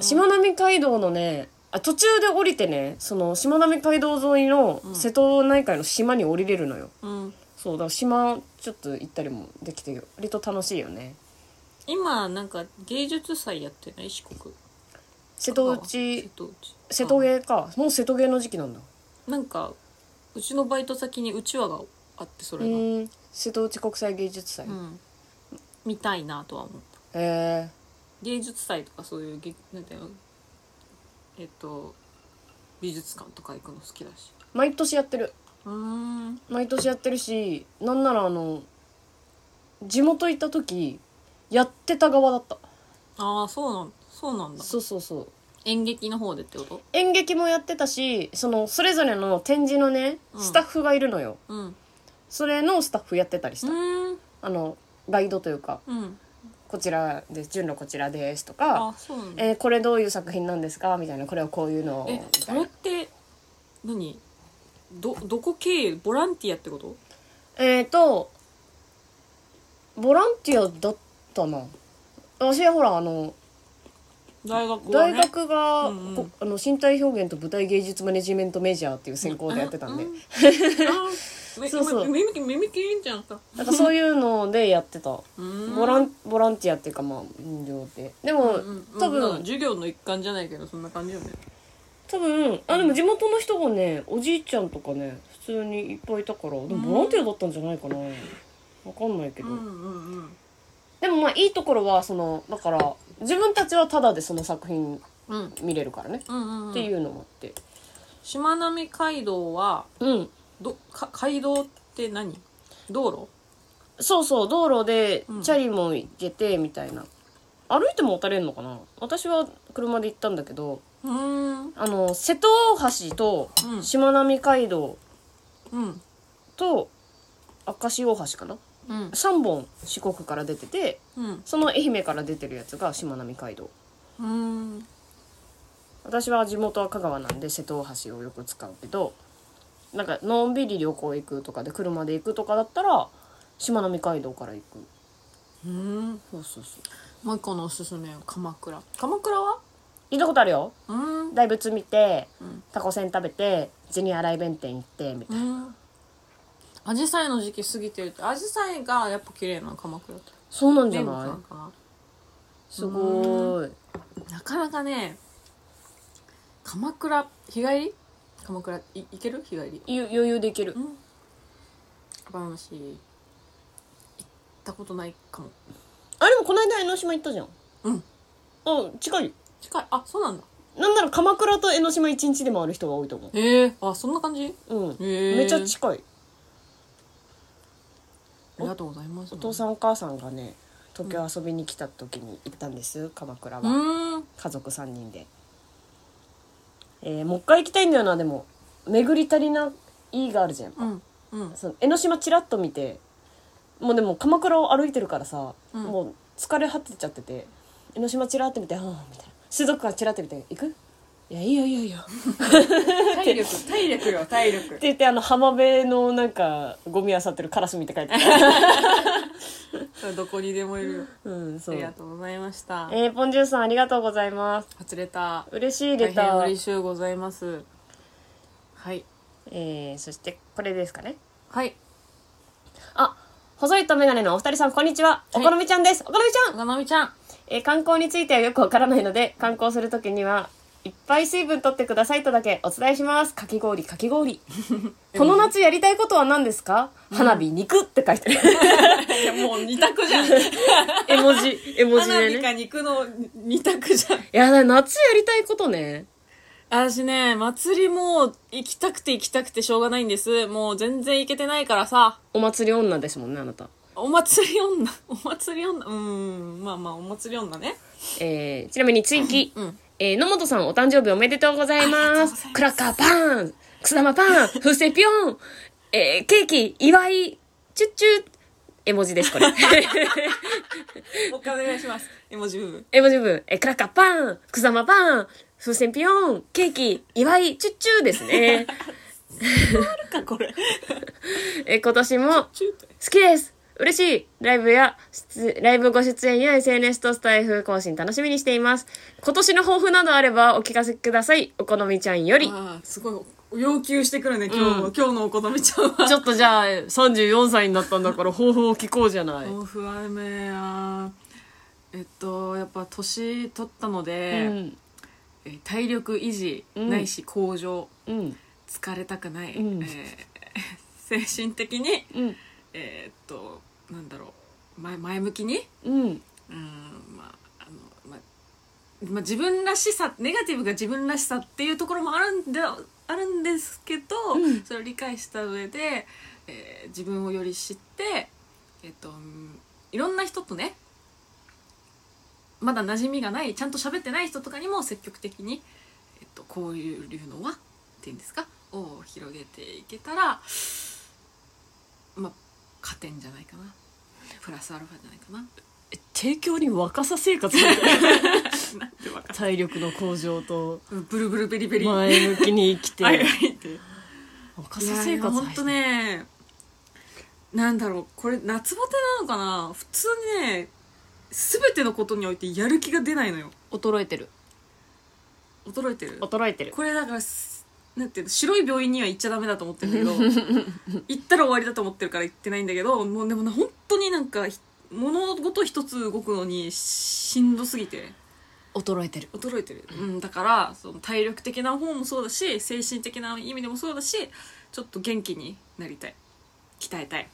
[SPEAKER 2] ー
[SPEAKER 1] しまなみ海道のねあ途中で降りてねそのしまなみ海道沿いの瀬戸内海の島に降りれるのよ、
[SPEAKER 2] うん
[SPEAKER 1] そうだから島ちょっと行ったりもできて割と楽しいよね
[SPEAKER 2] 今なんか芸術祭やってない四国
[SPEAKER 1] 瀬戸
[SPEAKER 2] 瀬
[SPEAKER 1] 内
[SPEAKER 2] 戸内
[SPEAKER 1] 瀬戸芸かもう瀬戸芸の時期なんだ
[SPEAKER 2] あなんかうちのバイト先にうちわがあってそうれが、
[SPEAKER 1] ん瀬戸内国際芸術祭、
[SPEAKER 2] うん見たいなとは思った
[SPEAKER 1] え
[SPEAKER 2] 芸術祭とかそういうげなんていうのえっと美術館とか行くの好きだし
[SPEAKER 1] ー毎年やってる
[SPEAKER 2] うーん
[SPEAKER 1] 毎年やってるしなんならあの地元行った時やってた側だった
[SPEAKER 2] ああそうなんそうなんだ
[SPEAKER 1] そうそうそう
[SPEAKER 2] 演劇の方でってこと
[SPEAKER 1] 演劇もやってたしそのそれぞれの展示のね
[SPEAKER 2] うん
[SPEAKER 1] スタッフがいるのよ、
[SPEAKER 2] うんう
[SPEAKER 1] それのスタッフやってたりした、
[SPEAKER 2] ーん
[SPEAKER 1] あのガイドというか
[SPEAKER 2] うん
[SPEAKER 1] こちらです順路こちらですとか、
[SPEAKER 2] あそうなんだ
[SPEAKER 1] えーこれどういう作品なんですかみたいなこれはこういうのを
[SPEAKER 2] え
[SPEAKER 1] み
[SPEAKER 2] そ
[SPEAKER 1] たい
[SPEAKER 2] れっ
[SPEAKER 1] な
[SPEAKER 2] て何どどこ経由ボランティアってこと
[SPEAKER 1] えっ、とボランティアだったな私はほらあの
[SPEAKER 2] 大学は
[SPEAKER 1] 大
[SPEAKER 2] ね
[SPEAKER 1] 学が、
[SPEAKER 2] うんうん
[SPEAKER 1] こあの身体表現と舞台芸術マネジメントメジャーっていう専攻でやってたんで、
[SPEAKER 2] う うあめ
[SPEAKER 1] そうそう
[SPEAKER 2] 今耳き耳きりんちゃんさ
[SPEAKER 1] なんかそういうのでやってたボ
[SPEAKER 2] ボ
[SPEAKER 1] ラ
[SPEAKER 2] ン
[SPEAKER 1] ンボランティアっていうかまあ運動ででも、多
[SPEAKER 2] 多
[SPEAKER 1] 分、
[SPEAKER 2] 分授業の一環じゃないけどそんな感じよね
[SPEAKER 1] 多分あでも地元の人がねおじいちゃんとかね普通にいっぱいいたからでもボランティアだったんじゃないかなわかんないけ
[SPEAKER 2] う
[SPEAKER 1] ど、
[SPEAKER 2] んうんうん
[SPEAKER 1] でもまあいいところはそのだから自分たちはタダでその作品
[SPEAKER 2] うん
[SPEAKER 1] 見れるからね、
[SPEAKER 2] うんうんうん
[SPEAKER 1] っていうのもあって
[SPEAKER 2] しまなみ海道は
[SPEAKER 1] うん
[SPEAKER 2] どか街道って何道路
[SPEAKER 1] そうそう道路で
[SPEAKER 2] うん
[SPEAKER 1] チャリも行けてみたいな、歩いても渡れるのかな私は車で行ったんだけど
[SPEAKER 2] うーん
[SPEAKER 1] あの瀬戸大橋と
[SPEAKER 2] うん
[SPEAKER 1] しまなみ海道
[SPEAKER 2] うん
[SPEAKER 1] と明石大橋かな
[SPEAKER 2] うん
[SPEAKER 1] 3本四国から出てて
[SPEAKER 2] うん
[SPEAKER 1] その愛媛から出てるやつがしまなみ海道
[SPEAKER 2] うん
[SPEAKER 1] 私は地元は香川なんで瀬戸大橋をよく使うけどなんかのんびり旅行行くとかで車で行くとかだったらしまなみ海道から行く
[SPEAKER 2] うん
[SPEAKER 1] そうそうそう
[SPEAKER 2] もう一個のおすすめは鎌倉鎌倉は
[SPEAKER 1] 行ったことあるよ
[SPEAKER 2] うん
[SPEAKER 1] 大仏見て
[SPEAKER 2] うん
[SPEAKER 1] タコせん食べてジニアライ弁店行ってみたい
[SPEAKER 2] うんアジサイの時期過ぎてるってアジサイがやっぱ綺麗なの鎌倉って
[SPEAKER 1] そうなんじゃ
[SPEAKER 2] 全部な
[SPEAKER 1] なん
[SPEAKER 2] かない
[SPEAKER 1] すごーい
[SPEAKER 2] なかなかね鎌倉日帰り鎌倉い行ける日帰り
[SPEAKER 1] ゆ余裕で行ける
[SPEAKER 2] うん私行ったことないかも
[SPEAKER 1] あでもこの間江ノ島行ったじゃん
[SPEAKER 2] うん
[SPEAKER 1] あ近い
[SPEAKER 2] 近いあそうなんだ
[SPEAKER 1] なんなら鎌倉と江ノ島一日で回る人が多いと思
[SPEAKER 2] ええあそんな感じ
[SPEAKER 1] ううん
[SPEAKER 2] ええ
[SPEAKER 1] めちゃ近い
[SPEAKER 2] ありがとうございます
[SPEAKER 1] お父さんお母さんがね東京遊びに来た時に行ったんです鎌倉
[SPEAKER 2] う
[SPEAKER 1] は
[SPEAKER 2] ーん
[SPEAKER 1] 家族3人で、えーもう一回行きたいんだよなでも巡り足りないがあるじゃん、
[SPEAKER 2] うんうん
[SPEAKER 1] その江ノ島ちらっと見てもうでも鎌倉を歩いてるからさ、
[SPEAKER 2] うん
[SPEAKER 1] もう疲れ果てちゃってて江ノ島ちらって見て「ああ」みたいな水族館ちらって見て「行く?」いやいいよいいよいいよっ
[SPEAKER 2] 体 力体力よ体力
[SPEAKER 1] て言ってあの浜辺のなんかゴミ漁ってるカラス見て帰ってきた
[SPEAKER 2] どこにでもいるよ
[SPEAKER 1] うんそ
[SPEAKER 2] あ
[SPEAKER 1] う
[SPEAKER 2] りがとうございました
[SPEAKER 1] えー、ポンジュースさんありがとうございます
[SPEAKER 2] 初レター
[SPEAKER 1] 嬉しいレ
[SPEAKER 2] 大
[SPEAKER 1] タ
[SPEAKER 2] 変嬉
[SPEAKER 1] ー、
[SPEAKER 2] しゅうございますはい
[SPEAKER 1] えー、そしてこれですかね
[SPEAKER 2] はい
[SPEAKER 1] あ細いとメガネのお二人さんこんにちはお
[SPEAKER 2] はい
[SPEAKER 1] 好みちゃんです、お好みちゃん
[SPEAKER 2] がなみちゃん
[SPEAKER 1] えー観光についてはよくわからないので観光するときにはいっぱい水分取ってくださいとだけお伝えしますかき氷かき 氷この夏やりたいことは何ですか、花火肉って書いてる
[SPEAKER 2] いや もう二択 じゃん
[SPEAKER 1] 絵文字絵文字
[SPEAKER 2] 花
[SPEAKER 1] で
[SPEAKER 2] 火
[SPEAKER 1] ね
[SPEAKER 2] か肉の二択じゃん
[SPEAKER 1] いやだ夏やりたいことね
[SPEAKER 2] 私ね祭りもう行きたくて行きたくてしょうがないんですもう全然行けてないからさ
[SPEAKER 1] お祭り女ですもんねあなた
[SPEAKER 2] お祭り女 お祭り女うーんまあまあお祭り女ね
[SPEAKER 1] えーちなみに追記、
[SPEAKER 2] うん
[SPEAKER 1] えー野本さんお誕生日おめでとうござい
[SPEAKER 2] あり
[SPEAKER 1] ま
[SPEAKER 2] がとうござい
[SPEAKER 1] す
[SPEAKER 2] ます
[SPEAKER 1] クラッカーパンくす玉パン 風船ピョン、えーケーキ祝いチュッチュ絵文字ですこ れ
[SPEAKER 2] もう一回お願いします絵文字部分
[SPEAKER 1] 絵文字部分えークラッカーパンくす玉パン風船ピョンケーキ祝いチュッチュです ね、
[SPEAKER 2] あるかこ れ
[SPEAKER 1] えー今年も
[SPEAKER 2] 中途
[SPEAKER 1] 好きです嬉しいライブや出ライブご出演や SNS とスタイフ更新楽しみにしています今年の抱負などあればお聞かせくださいお好みちゃんより
[SPEAKER 2] ああすごい要求してくるね今日も、
[SPEAKER 1] うん
[SPEAKER 2] 今日のおことめちゃんは
[SPEAKER 1] ちょっとじゃあ34歳になったんだから抱負を聞こうじゃない、
[SPEAKER 2] 豆腐あめやえっとやっぱ年取ったので、
[SPEAKER 1] うん
[SPEAKER 2] えー体力維持
[SPEAKER 1] うん
[SPEAKER 2] ないし向上、
[SPEAKER 1] うん
[SPEAKER 2] 疲れたくない、
[SPEAKER 1] うん
[SPEAKER 2] えー精神的に
[SPEAKER 1] うん
[SPEAKER 2] えーっとなんだろう前前向きに
[SPEAKER 1] うん
[SPEAKER 2] うんまああのまあまあ、自分らしさネガティブが自分らしさっていうところもあるんであるんですけど、
[SPEAKER 1] うん
[SPEAKER 2] それを理解した上で、えー自分をより知って、えっとうんいろんな人とねまだ馴染みがないちゃんと喋ってない人とかにも積極的に、えっと、こういうのはっていうんですかを広げていけたらまあ加点じゃないかなプラスアルファじゃないかな。
[SPEAKER 1] 提供に若さ生活みたい
[SPEAKER 2] なんてわかんない
[SPEAKER 1] 体力の向上と
[SPEAKER 2] ブルブルベリベリ。はい
[SPEAKER 1] 前向きに生きて
[SPEAKER 2] はいって。
[SPEAKER 1] 若
[SPEAKER 2] い
[SPEAKER 1] さ
[SPEAKER 2] や
[SPEAKER 1] 生
[SPEAKER 2] いや
[SPEAKER 1] 活
[SPEAKER 2] ほんとね、なんだろう、これ夏バテなのかな普通にね、すべてのことにおいてやる気が出ないのよ。
[SPEAKER 1] 衰えてる
[SPEAKER 2] 衰えてる。
[SPEAKER 1] 衰えてる
[SPEAKER 2] これだからす、なんていうの、白い病院には行っちゃダメだと思って るんだけど、行ったら終わりだと思ってるから行ってないんだけど、もうでもな、本当になんか、ひ物事一つ動くのにしんどすぎて。
[SPEAKER 1] 衰えてる
[SPEAKER 2] 衰えてる、うん、だからその体力的な方もそうだし精神的な意味でもそうだしちょっと元気になりたい鍛えたい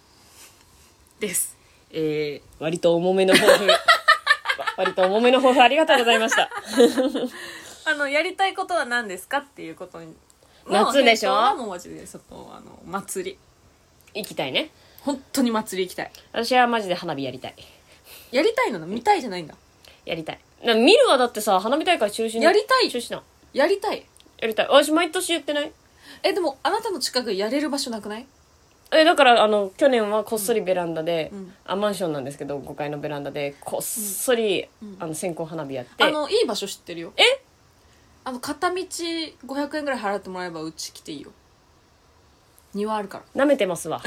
[SPEAKER 2] です
[SPEAKER 1] えー、割と重めの抱負 わ割と重めの抱負ありがとうございました
[SPEAKER 2] あのやりたいことは何ですかっていうことに
[SPEAKER 1] 夏でしょ
[SPEAKER 2] もう返答はもうマジでそこあの祭り
[SPEAKER 1] 行きたいね
[SPEAKER 2] 本当に祭り行きたい
[SPEAKER 1] 私はマジで花火やりたい
[SPEAKER 2] やりたいのな見たいじゃないんだ
[SPEAKER 1] やりたいな見るはだってさ花火大会中止に
[SPEAKER 2] やりたい
[SPEAKER 1] 中止な
[SPEAKER 2] やりたい
[SPEAKER 1] やりたい私毎年言ってない
[SPEAKER 2] えでもあなたの近くやれる場所なくない
[SPEAKER 1] えだからあの去年はこっそりベランダで、
[SPEAKER 2] うん
[SPEAKER 1] あマンションなんですけど5階のベランダでこっそり、
[SPEAKER 2] うん
[SPEAKER 1] あの線香花火やって
[SPEAKER 2] あのいい場所知ってるよ
[SPEAKER 1] え
[SPEAKER 2] あの片道500円ぐらい払ってもらえばうち来ていいよ庭あるから
[SPEAKER 1] 舐めてます わ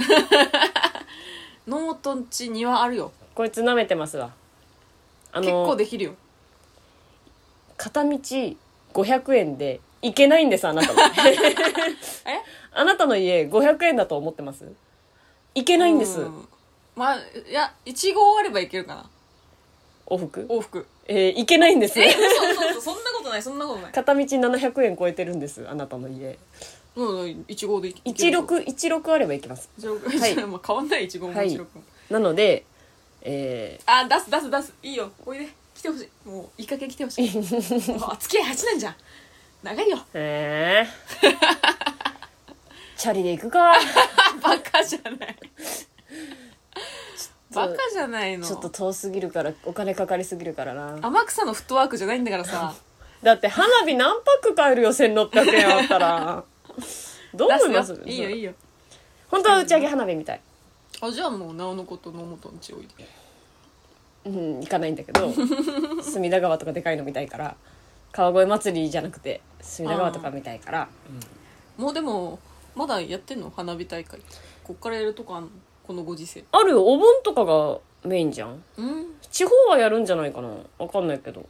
[SPEAKER 2] ノートンち庭あるよ、
[SPEAKER 1] こいつ舐めてますわあ
[SPEAKER 2] 結構
[SPEAKER 1] の
[SPEAKER 2] できるよ
[SPEAKER 1] 片道500円で行けないんですあなた も
[SPEAKER 2] え
[SPEAKER 1] あなたの家500円だと思ってます行けないんです、
[SPEAKER 2] うまあいや1号あればいけるかな
[SPEAKER 1] 往復
[SPEAKER 2] 往復
[SPEAKER 1] えー、行けないんです
[SPEAKER 2] えそう そうそんなことないそんなことない
[SPEAKER 1] 片道700円超えてるんですあなたの家
[SPEAKER 2] うん1号でいける
[SPEAKER 1] 1616あれば行けます
[SPEAKER 2] 16、
[SPEAKER 1] はい
[SPEAKER 2] まあ変わんない1号も
[SPEAKER 1] はい
[SPEAKER 2] 16も、
[SPEAKER 1] なのでえ
[SPEAKER 2] あ出す出す出すいいよおいで来てほしいもういい加減来てほし いもう付き合い8年じゃん長いよ
[SPEAKER 1] ー、え ー、チャリで行くか
[SPEAKER 2] バカじゃないバカじゃないの
[SPEAKER 1] ちょっと遠すぎるからお金かかりすぎるからな
[SPEAKER 2] 天草のフットワークじゃないんだから さ
[SPEAKER 1] だって花火何パック買えるよ1600円あった らどう思います
[SPEAKER 2] 出すよいいよいいよ
[SPEAKER 1] 本当は打ち上げ花火みたい
[SPEAKER 2] あじゃあもうなおのこと野本んちおい
[SPEAKER 1] う
[SPEAKER 2] で
[SPEAKER 1] ん行かないんだけ ど隅田川とかでかいの見たいから川越祭りじゃなくて隅田川とか見たいから
[SPEAKER 2] もうでもまだやってんの花火大会こっからやるとこあんのこのご時世
[SPEAKER 1] あるよお盆とかがメインじゃん
[SPEAKER 2] うん
[SPEAKER 1] 地方はやるんじゃないかなわかんないけど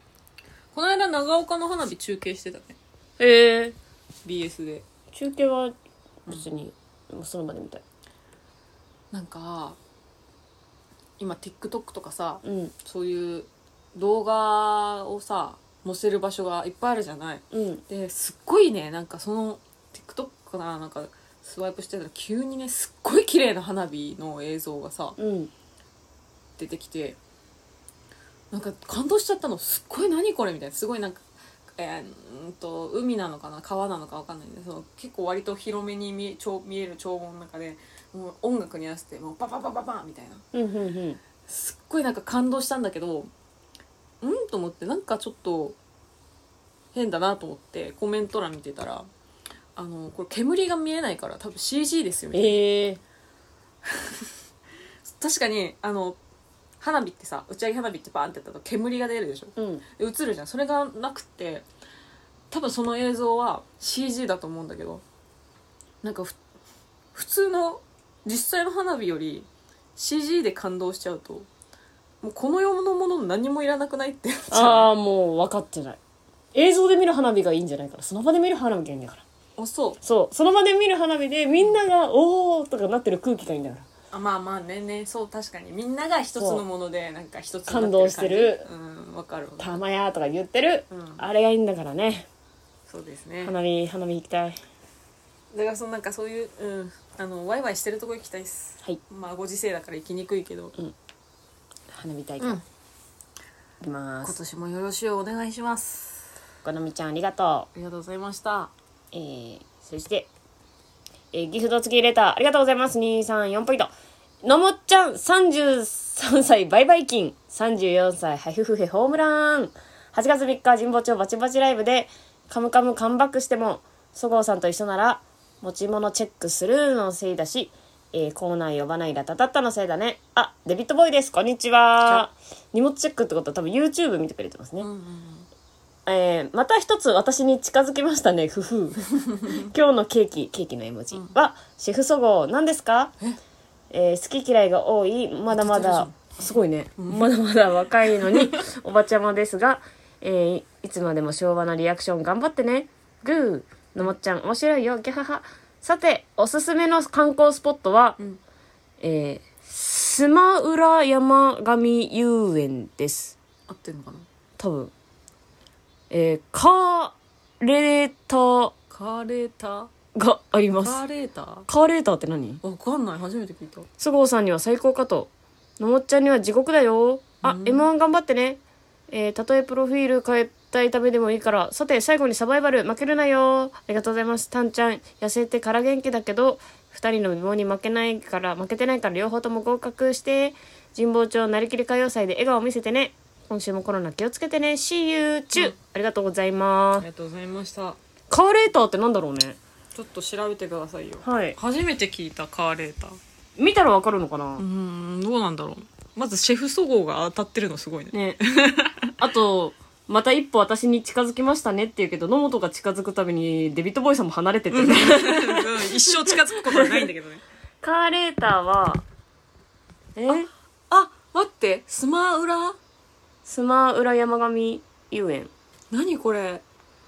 [SPEAKER 2] この間長岡の花火中継してたね
[SPEAKER 1] へえ
[SPEAKER 2] BS で
[SPEAKER 1] 中継は別に、もうその場で見たい
[SPEAKER 2] なんか今 TikTok とかさ
[SPEAKER 1] うん
[SPEAKER 2] そういう動画をさ載せる場所がいっぱいあるじゃない
[SPEAKER 1] うん
[SPEAKER 2] ですっごいねなんかその TikTok かななんかスワイプしてたら急にねすっごい綺麗な花火の映像がさ
[SPEAKER 1] うん
[SPEAKER 2] 出てきてなんか感動しちゃったのすっごい何これみたいなすごいなんかえー、うんと海なのかな川なのかわかんないんでその結構割と広めに見え長見える眺望の中でもう音楽に合わせてもうパパパパパンみたいな
[SPEAKER 1] うんうんうん
[SPEAKER 2] すっごいなんか感動したんだけどうんと思ってなんかちょっと変だなと思ってコメント欄見てたらあのこれ煙が見えないから多分 CG ですよね
[SPEAKER 1] ええ
[SPEAKER 2] 確かにあの花火ってさ打ち上げ花火ってバーンってやったと煙が出るでしょ
[SPEAKER 1] うん
[SPEAKER 2] で映るじゃんそれがなくて多分その映像は CG だと思うんだけどなんかふ普通の実際の花火より CG で感動しちゃうともうこの世のもの何もいらなくないってなっちゃう
[SPEAKER 1] ああもう分かってない映像で見る花火がいいんじゃないからその場で見る花火がいいんだから
[SPEAKER 2] あそう
[SPEAKER 1] そうその場で見る花火でみんなが「おお!」とかなってる空気がいいんだから
[SPEAKER 2] あまあまあねねそう確かにみんなが一つのものでなんか一つ
[SPEAKER 1] 感動してる
[SPEAKER 2] になってる感じうんわかる
[SPEAKER 1] 「
[SPEAKER 2] わ
[SPEAKER 1] たまや!」とか言ってる、
[SPEAKER 2] うん
[SPEAKER 1] あれがいいんだからね
[SPEAKER 2] そうですねだか
[SPEAKER 1] 花火花火行きたい
[SPEAKER 2] らそのなんかそういう、うん、あのワイワイしてるとこ行きたいっす
[SPEAKER 1] はい
[SPEAKER 2] まあご時世だから行きにくいけど、
[SPEAKER 1] 花火大会、行
[SPEAKER 2] うん
[SPEAKER 1] きま
[SPEAKER 2] 今
[SPEAKER 1] す
[SPEAKER 2] 年もよろしくお願いします
[SPEAKER 1] このみちゃんありがと
[SPEAKER 2] ありがとうございました
[SPEAKER 1] うえー、そして、えー、ギフト付きレターありがとうございます234ポイントのもっちゃん33歳売買金34歳ハフフヘホームラン8月3日神保町バチバチライブでカムカムカムバックしてもそごうさんと一緒なら持ち物チェックするのせいだし、えー、コーナー呼ばないラタタッタのせいだねあデビットボーイですこんにちは荷物チェックってことは多分 YouTube 見てくれてますね、
[SPEAKER 2] うんうん
[SPEAKER 1] えーまた一つ私に近づきましたね、ふふ。今日のケーキ、ケーキの絵文字は、シェフそごう、何ですかえー好き嫌いが多い、まだまだ、すごいね、まだまだ若いのに、おばちゃまですが、えーいつまでも昭和のリアクション頑張ってね。グー、のもっちゃん、面白いよ、ギャハハ。さて、おすすめの観光スポットは、
[SPEAKER 2] ん
[SPEAKER 1] えー、スマウラ山上遊園です。
[SPEAKER 2] 合ってんのかな
[SPEAKER 1] 多分えー、カーレーター
[SPEAKER 2] カレーター
[SPEAKER 1] があります
[SPEAKER 2] カレーター
[SPEAKER 1] カーレーターって何
[SPEAKER 2] わかんない初めて聞いた
[SPEAKER 1] 菅生さんには最高かとのもっちゃんには地獄だよあ、
[SPEAKER 2] うん
[SPEAKER 1] m 1頑張ってねえー、たとえプロフィール変えたいためでもいいからさて最後にサバイバル負けるなよありがとうございますたんちゃん痩せてから元気だけど2人の美貌に負けないから負けてないから両方とも合格して神保町なりきり歌謡祭で笑顔見せてね今週もコロナ気をつけてね See you チュー、ありがとうございます
[SPEAKER 2] ありがとうございました
[SPEAKER 1] カーレーターってなんだろうね
[SPEAKER 2] ちょっと調べてくださいよ
[SPEAKER 1] はい
[SPEAKER 2] 初めて聞いたカーレーター
[SPEAKER 1] 見たらわかるのかな、
[SPEAKER 2] うーんどうなんだろうまずシェフそごうが当たってるのすごい ね
[SPEAKER 1] ね あとまた一歩私に近づきましたねっていうけど野本が近づくたびにデビットボーイさんも離れてってね
[SPEAKER 2] 一生近づくことはないんだけ どね
[SPEAKER 1] カーレーターはえ
[SPEAKER 2] あ待ってスマウラ
[SPEAKER 1] スマウラ山上遊園
[SPEAKER 2] 何これ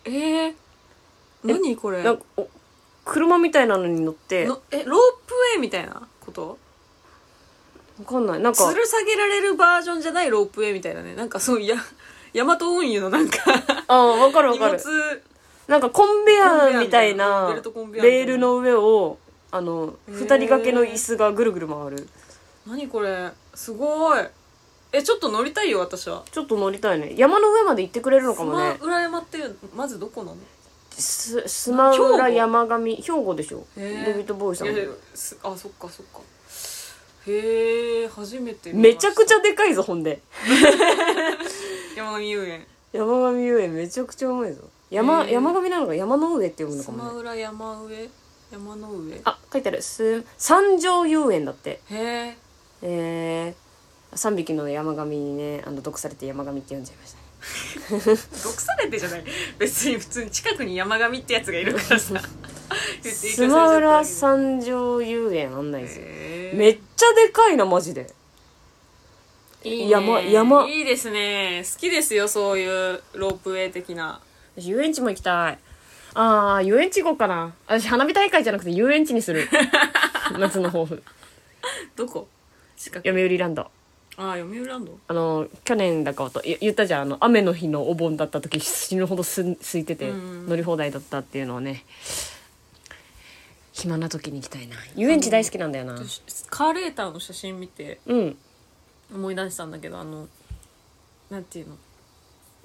[SPEAKER 2] えー、何これ
[SPEAKER 1] なんかお車みたいなのに乗ってわ
[SPEAKER 2] のえロープウェイみたいなこと
[SPEAKER 1] かんないなんか
[SPEAKER 2] 吊る下げられるバージョンじゃないロープウェイみたいなねなんかそういやヤマト運輸のなんか
[SPEAKER 1] ああわかるわ
[SPEAKER 2] 荷
[SPEAKER 1] か
[SPEAKER 2] 物
[SPEAKER 1] るなんかコンベヤーみたい
[SPEAKER 2] コン
[SPEAKER 1] な
[SPEAKER 2] ベヤーみたいなベルトコンベヤーみたいな
[SPEAKER 1] レールの上をあの
[SPEAKER 2] へー
[SPEAKER 1] 二人掛けの椅子がぐるぐる回る
[SPEAKER 2] 何これすごいえちょっと乗りたいよ私は
[SPEAKER 1] ちょっと乗りたいね山の上まで行ってくれるのか
[SPEAKER 2] ス
[SPEAKER 1] も
[SPEAKER 2] マ
[SPEAKER 1] ね
[SPEAKER 2] ウラ山っていうまずどこなの
[SPEAKER 1] すスマウラ山上兵庫でしょ
[SPEAKER 2] へー
[SPEAKER 1] デビッド・ボーイさん
[SPEAKER 2] いやいやすあそっかそっかへえ初めて
[SPEAKER 1] めちゃくち
[SPEAKER 2] ゃ
[SPEAKER 1] ゃでかいぞほんで
[SPEAKER 2] 山上遊園
[SPEAKER 1] 山上遊園めちゃくちゃうまいぞ山
[SPEAKER 2] へー
[SPEAKER 1] 山上なのか山の上って読むの
[SPEAKER 2] ス
[SPEAKER 1] か
[SPEAKER 2] マ
[SPEAKER 1] もね
[SPEAKER 2] ウラ山上山の上へ
[SPEAKER 1] あ書いてあるす三条遊園だって
[SPEAKER 2] え
[SPEAKER 1] えー、3匹の山上にねあの毒されて山上って読んじゃいましたね
[SPEAKER 2] 毒されてじゃない別に普通に近くに山上ってやつがいるからさ言って言い返されちゃったけど
[SPEAKER 1] スマウラ三条遊園案内ですよ
[SPEAKER 2] へえ
[SPEAKER 1] めっちゃでかいなマジで
[SPEAKER 2] いいね
[SPEAKER 1] 山山
[SPEAKER 2] いいですね好きですよそういうロープウェイ的な
[SPEAKER 1] 私遊園地も行きたいあー遊園地行こうかな私花火大会じゃなくて遊園地に する夏の抱負
[SPEAKER 2] どこ近く
[SPEAKER 1] 読売ランド
[SPEAKER 2] ああ読売ランド
[SPEAKER 1] あの去年だかとい言ったじゃんあの雨の日のお盆だった時死ぬほどす空いてて
[SPEAKER 2] うん
[SPEAKER 1] 乗り放題だったっていうのをね暇な時に行きたいな遊園地大好きなんだよな
[SPEAKER 2] 私カーレーターの写真見て
[SPEAKER 1] うん
[SPEAKER 2] 思い出したんだけどあのなんていうの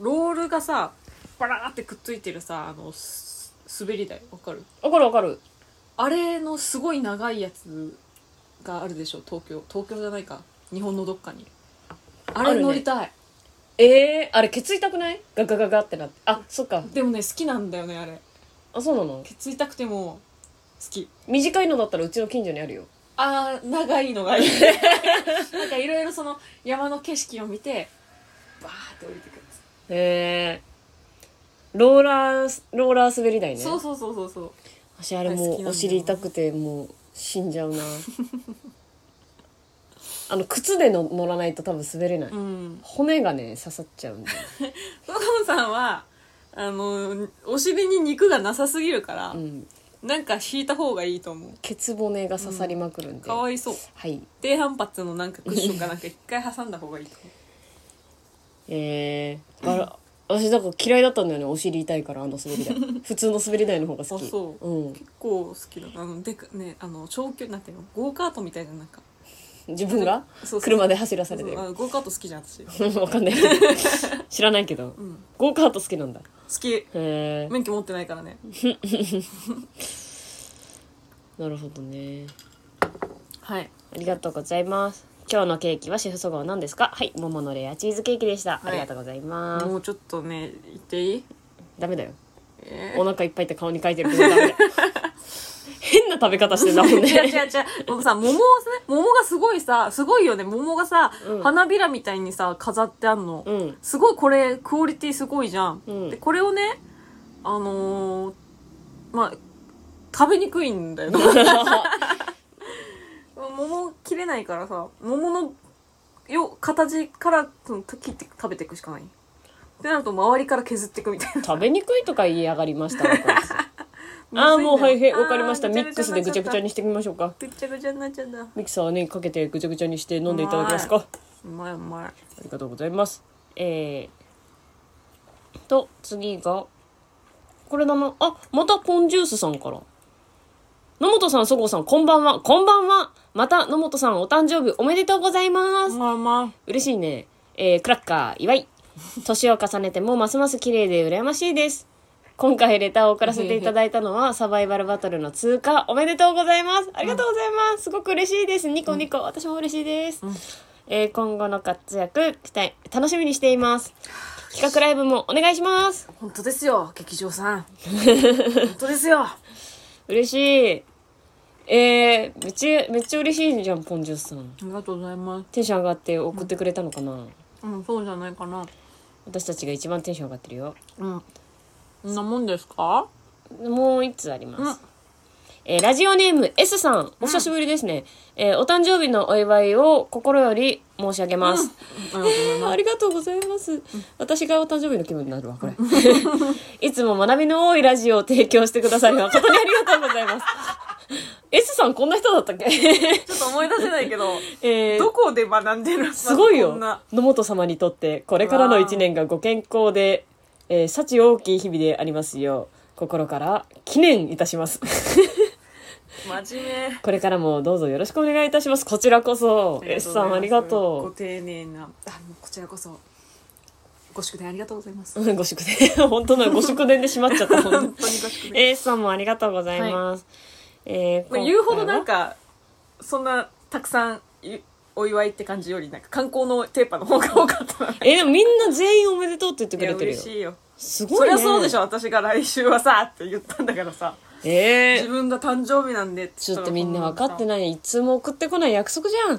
[SPEAKER 2] ロールがさバラーってくっついてるさあのす滑り台わかる
[SPEAKER 1] わかるわかる
[SPEAKER 2] あれのすごい長いやつがあるでしょ東京東京じゃないか日本のどっかにあ
[SPEAKER 1] ある
[SPEAKER 2] れ
[SPEAKER 1] ね
[SPEAKER 2] 乗りたい、
[SPEAKER 1] えー、あれケツ痛くないガガガガってなってあそっか
[SPEAKER 2] でもね好きなんだよねあれ
[SPEAKER 1] あそうなの
[SPEAKER 2] ケツ痛くても好き
[SPEAKER 1] 短いのだったらうちの近所にあるよ
[SPEAKER 2] あー長いのがい いなんかいろいろその山の景色を見てバーって降りてくる
[SPEAKER 1] へえローラーローラー滑り台ね
[SPEAKER 2] そうそうそうそうそう
[SPEAKER 1] 私あれ
[SPEAKER 2] あれ好き
[SPEAKER 1] も
[SPEAKER 2] なんだよ
[SPEAKER 1] う
[SPEAKER 2] な
[SPEAKER 1] お尻痛くてもう死んじゃうな あの靴での乗らないと多分滑れない、
[SPEAKER 2] うん
[SPEAKER 1] 骨がね刺さっちゃうんで
[SPEAKER 2] ロコンさんはあのお尻に肉がなさすぎるから、
[SPEAKER 1] うん、
[SPEAKER 2] なんか引いた方がいいと思う
[SPEAKER 1] ケツ骨が刺さりまくるんで、
[SPEAKER 2] かわいそう
[SPEAKER 1] はい
[SPEAKER 2] 低反発のなんかクッションかなんか一回挟んだ方がいいと思う
[SPEAKER 1] えー、バラ私だから嫌いだったんだよねお尻痛いからあの滑り 台普通の滑り台の方が好き
[SPEAKER 2] あそ
[SPEAKER 1] うん、
[SPEAKER 2] 結構好きだあのでかねあの長距離なんていうのゴーカートみたいななんか
[SPEAKER 1] 自分が
[SPEAKER 2] そうそう
[SPEAKER 1] 車で走らされ
[SPEAKER 2] そ
[SPEAKER 1] て
[SPEAKER 2] う
[SPEAKER 1] る
[SPEAKER 2] あゴーカート好きじゃん私、う
[SPEAKER 1] わ かんない知らないけど
[SPEAKER 2] ん、
[SPEAKER 1] ゴーカート好きなんだ
[SPEAKER 2] 好き
[SPEAKER 1] へえ
[SPEAKER 2] 免許持ってないからね
[SPEAKER 1] なるほどね
[SPEAKER 2] はい
[SPEAKER 1] ありがとうございます今日のケーキはシェフソガは何ですかはい桃のレアチーズケーキでした、
[SPEAKER 2] はい
[SPEAKER 1] ありがとうございます
[SPEAKER 2] もうちょっとね言っていい
[SPEAKER 1] ダメだよ
[SPEAKER 2] えー
[SPEAKER 1] お腹いっぱいって顔に書いてるけどダメだ よ変な食べ方してんだも ん
[SPEAKER 2] 違う違う
[SPEAKER 1] ね
[SPEAKER 2] 違う。このさ、桃をね、桃がすごいさ、すごいよね。桃がさ、
[SPEAKER 1] うん
[SPEAKER 2] 花びらみたいにさ、飾ってあんの。
[SPEAKER 1] うん
[SPEAKER 2] すごいこれ、クオリティすごいじゃん。
[SPEAKER 1] うん
[SPEAKER 2] で、これをね、あのーまあ、食べにくいんだよ ね。桃切れないからさ、桃の、よ、形からその切って食べていくしかない。ってなると周りから削っていくみたいな。
[SPEAKER 1] 食べにくいとか言いやがりま したわこいつああもうはいはいわかりましたミックスでぐちゃぐちゃ
[SPEAKER 2] に。
[SPEAKER 1] にしてみましょうか
[SPEAKER 2] ぐちゃぐちゃになっちゃった。
[SPEAKER 1] ミキサーにかけてぐちゃぐちゃにして飲んでいただけますか
[SPEAKER 2] うまいうまい。
[SPEAKER 1] ありがとうございます。えー、と、次が、これだな。あ、またポンジュースさんから。野本さん、そごうさん、こんばんは。こんばんは。また、野本さん、お誕生日おめでとうございます。
[SPEAKER 2] まあま
[SPEAKER 1] 嬉しいね。えー、クラッカー、祝い。年を重ねても、ますます綺麗で羨ましいです。今回レターを送らせていただいたのは、サバイバルバトルの通過、おめでとうございます。ありがとうございます。すごく嬉しいです。ニコニコ、私も嬉しいです。えー今後の活躍期待楽しみにしています企画ライブもお願いします
[SPEAKER 2] あ本当ですよ劇場さん本当ですよ
[SPEAKER 1] 嬉しいえー、めっちゃめっちゃ嬉しいじゃんポンジュースさん
[SPEAKER 2] ありがとうございます
[SPEAKER 1] テンション上がって送ってくれたのかな、
[SPEAKER 2] うんそうじゃないかな
[SPEAKER 1] 私たちが一番テンション上がってるよ
[SPEAKER 2] うんそんなもんですか
[SPEAKER 1] もう一つあります、
[SPEAKER 2] うん
[SPEAKER 1] えーラジオネーム S さんお久しぶりですね、えーお誕生日のお祝いを心より申し上げます、
[SPEAKER 2] ありがとうございま
[SPEAKER 1] ありがとうございます。私がお誕生日の気分になるわ、これ。 いつも学びの多いラジオを提供してくださ り、誠にありがとうございます。S さんこんな人だったっけ
[SPEAKER 2] すちょっと思い出せないけど
[SPEAKER 1] えー
[SPEAKER 2] どこで学んでる
[SPEAKER 1] すごい
[SPEAKER 2] こ
[SPEAKER 1] よ
[SPEAKER 2] んな。
[SPEAKER 1] 野本様にとって、これからの一年がご健康で、えー、幸大きい日々でありますよう、心から記念いたします。
[SPEAKER 2] 真面目
[SPEAKER 1] これからもどうぞよろしくお願いいたします。こちらこそ、S さんありが
[SPEAKER 2] ご
[SPEAKER 1] と
[SPEAKER 2] 丁寧なあもうこちらこそご宿題ありがとうございます
[SPEAKER 1] う。
[SPEAKER 2] 本
[SPEAKER 1] うんご祝電。本当のご祝電でしまっちゃった、本当に
[SPEAKER 2] 当にご 宿題
[SPEAKER 1] エースさんもありがとうございます。えー
[SPEAKER 2] まあ言うほどなん、かそんなたくさんいお祝いって感じよりなんか観光のテーパの方が多かったな
[SPEAKER 1] 今回はえーでもみんな全員おめでとうって言って
[SPEAKER 2] い
[SPEAKER 1] くれ
[SPEAKER 2] や
[SPEAKER 1] てるよ
[SPEAKER 2] 嬉。しいよ
[SPEAKER 1] す
[SPEAKER 2] そ
[SPEAKER 1] ごいね。
[SPEAKER 2] りゃそうでしょ私が来週はさって言ったんだからさ
[SPEAKER 1] え
[SPEAKER 2] 自
[SPEAKER 1] ー
[SPEAKER 2] 分が誕生日なんで
[SPEAKER 1] ちょっとみんな分かって
[SPEAKER 2] い
[SPEAKER 1] ない。いつも送ってこない約束じゃん。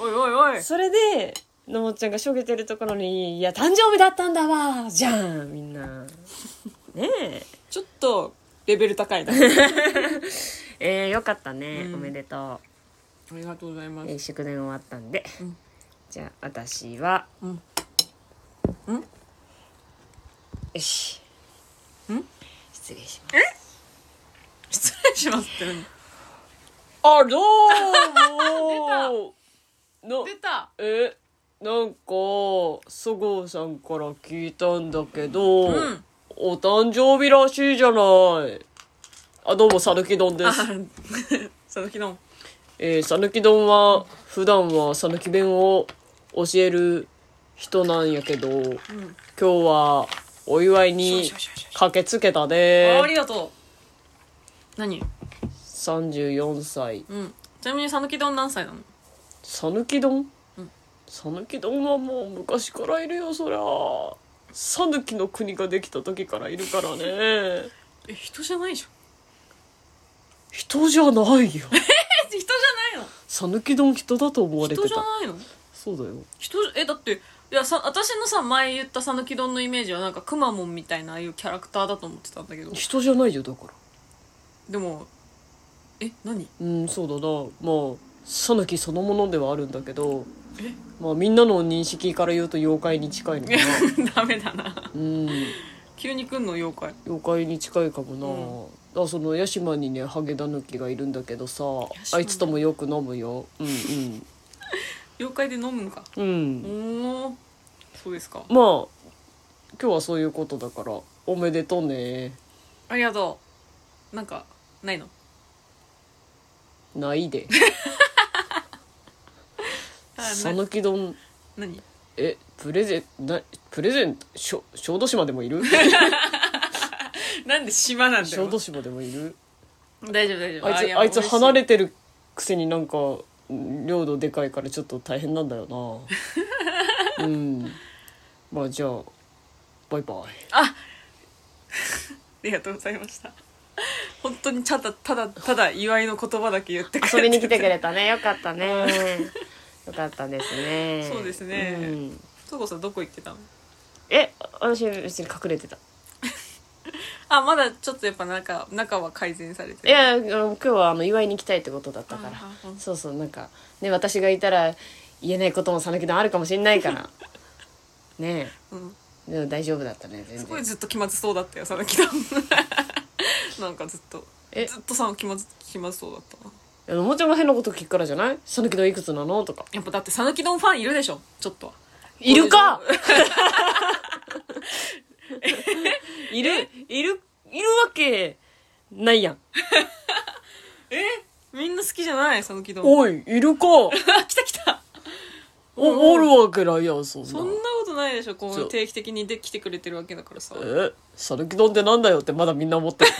[SPEAKER 2] おいおいおい
[SPEAKER 1] それで、のもっちゃんがしょげてるところに、いや、誕生日だったんだわじゃんみんな。ねえ。
[SPEAKER 2] ちょっとレベル高 いな
[SPEAKER 1] えー、よかったね。
[SPEAKER 2] うん
[SPEAKER 1] おめでと
[SPEAKER 2] ありがとうございま
[SPEAKER 1] う。
[SPEAKER 2] す
[SPEAKER 1] えー祝電終わったんで。
[SPEAKER 2] うん
[SPEAKER 1] じゃあ、私は。
[SPEAKER 2] うんん
[SPEAKER 1] よし。
[SPEAKER 2] ん
[SPEAKER 1] 失礼します。
[SPEAKER 2] 失礼しますって何
[SPEAKER 1] あ、どうも
[SPEAKER 2] 出た
[SPEAKER 1] な、え、なんか、そごうさんから聞いたんだけど、
[SPEAKER 2] ん
[SPEAKER 1] お誕生日らしいじゃない。あ、どうも、さぬき丼で
[SPEAKER 2] あ
[SPEAKER 1] す。
[SPEAKER 2] その日の
[SPEAKER 1] えー、さぬき丼は、普段はさぬき弁を教える人なんやけど、今日はお祝いに
[SPEAKER 2] しょしょしょしょ
[SPEAKER 1] 駆けつけた
[SPEAKER 2] ああ
[SPEAKER 1] ね。
[SPEAKER 2] りがとう何
[SPEAKER 1] 34歳。
[SPEAKER 2] うんちなみに讃岐丼何歳なの
[SPEAKER 1] さぬき丼
[SPEAKER 2] うん
[SPEAKER 1] さぬき丼はもう昔からいるよそりゃさぬきの国ができた時からいるからね
[SPEAKER 2] え人じゃないじゃん
[SPEAKER 1] 人じゃないよ
[SPEAKER 2] え人じゃないの
[SPEAKER 1] さぬき丼人だと思われて
[SPEAKER 2] 人じゃ
[SPEAKER 1] た
[SPEAKER 2] ないの
[SPEAKER 1] そうだよ
[SPEAKER 2] 人じゃえだっていやさ私のさ前言った讃岐丼のイメージはなんかくまモンみたいなああいうキャラクターだと思ってたんだけど
[SPEAKER 1] 人じゃないよだから
[SPEAKER 2] でもえ何
[SPEAKER 1] うんそうだなまあさぬきそのものではあるんだけどまあみんなの認識から言うと妖怪に近いのかな
[SPEAKER 2] ダメだな
[SPEAKER 1] うん
[SPEAKER 2] 急に来んの妖怪
[SPEAKER 1] 妖怪に近いかもな、あその屋島にねハゲダヌキがいるんだけどさ
[SPEAKER 2] 島
[SPEAKER 1] あいつともよく飲むようん
[SPEAKER 2] 妖怪で飲むのか
[SPEAKER 1] うんうん
[SPEAKER 2] おおそうですか
[SPEAKER 1] まあ今日はそういうことだからおめでとうね
[SPEAKER 2] ありがとうなんかないの
[SPEAKER 1] ない で
[SPEAKER 2] あな
[SPEAKER 1] 讃岐丼
[SPEAKER 2] 何
[SPEAKER 1] えプレゼンなプレゼントしょ小豆島で もいる
[SPEAKER 2] なんで島なんだ
[SPEAKER 1] 小
[SPEAKER 2] よ
[SPEAKER 1] 豆島でもいる
[SPEAKER 2] 大丈夫大丈夫
[SPEAKER 1] あいつ
[SPEAKER 2] や
[SPEAKER 1] あいつ
[SPEAKER 2] 美味し
[SPEAKER 1] 離れてるくせになんか領土でかいからちょっと大変なんだよ なうんまあじゃあバイバイ
[SPEAKER 2] ありがとうございました本当にただただただ祝いの言葉だけ言ってくれて
[SPEAKER 1] 遊びに来てくれたねよかったねよかったですね
[SPEAKER 2] そうですね
[SPEAKER 1] うん
[SPEAKER 2] そこさんどこ行ってたの
[SPEAKER 1] え私別に隠れてた
[SPEAKER 2] あまだちょっとやっぱ中中は改善されて
[SPEAKER 1] いやあの今日はあの祝いに来たいってことだったか
[SPEAKER 2] ああ
[SPEAKER 1] ら
[SPEAKER 2] うん
[SPEAKER 1] そうそうなんかね私がいたら言えないこともさぬきのあるかもしれないからね
[SPEAKER 2] うん、
[SPEAKER 1] えでも大丈夫だったね全
[SPEAKER 2] すごい
[SPEAKER 1] 然
[SPEAKER 2] ずっと気まずそうだったよ佐々木さん なんかずっと
[SPEAKER 1] え
[SPEAKER 2] ずっとさ気まず気まずそうだったな
[SPEAKER 1] あのもちゃんが変なこと聞くからじゃないさぬきのいくつなのとか
[SPEAKER 2] やっぱだって讃岐丼ファンいるでしょちょっとはい
[SPEAKER 1] る かいるいるいるわけないやん
[SPEAKER 2] みんな好きじゃない讃岐丼
[SPEAKER 1] おいいるか
[SPEAKER 2] あ 来た来た
[SPEAKER 1] おおるわけないやんそんな
[SPEAKER 2] そんなことないでしょこ
[SPEAKER 1] そう
[SPEAKER 2] う定期的にで来てくれてるわけだからさ
[SPEAKER 1] えさぬき丼ってなんだよってまだみんな思ってる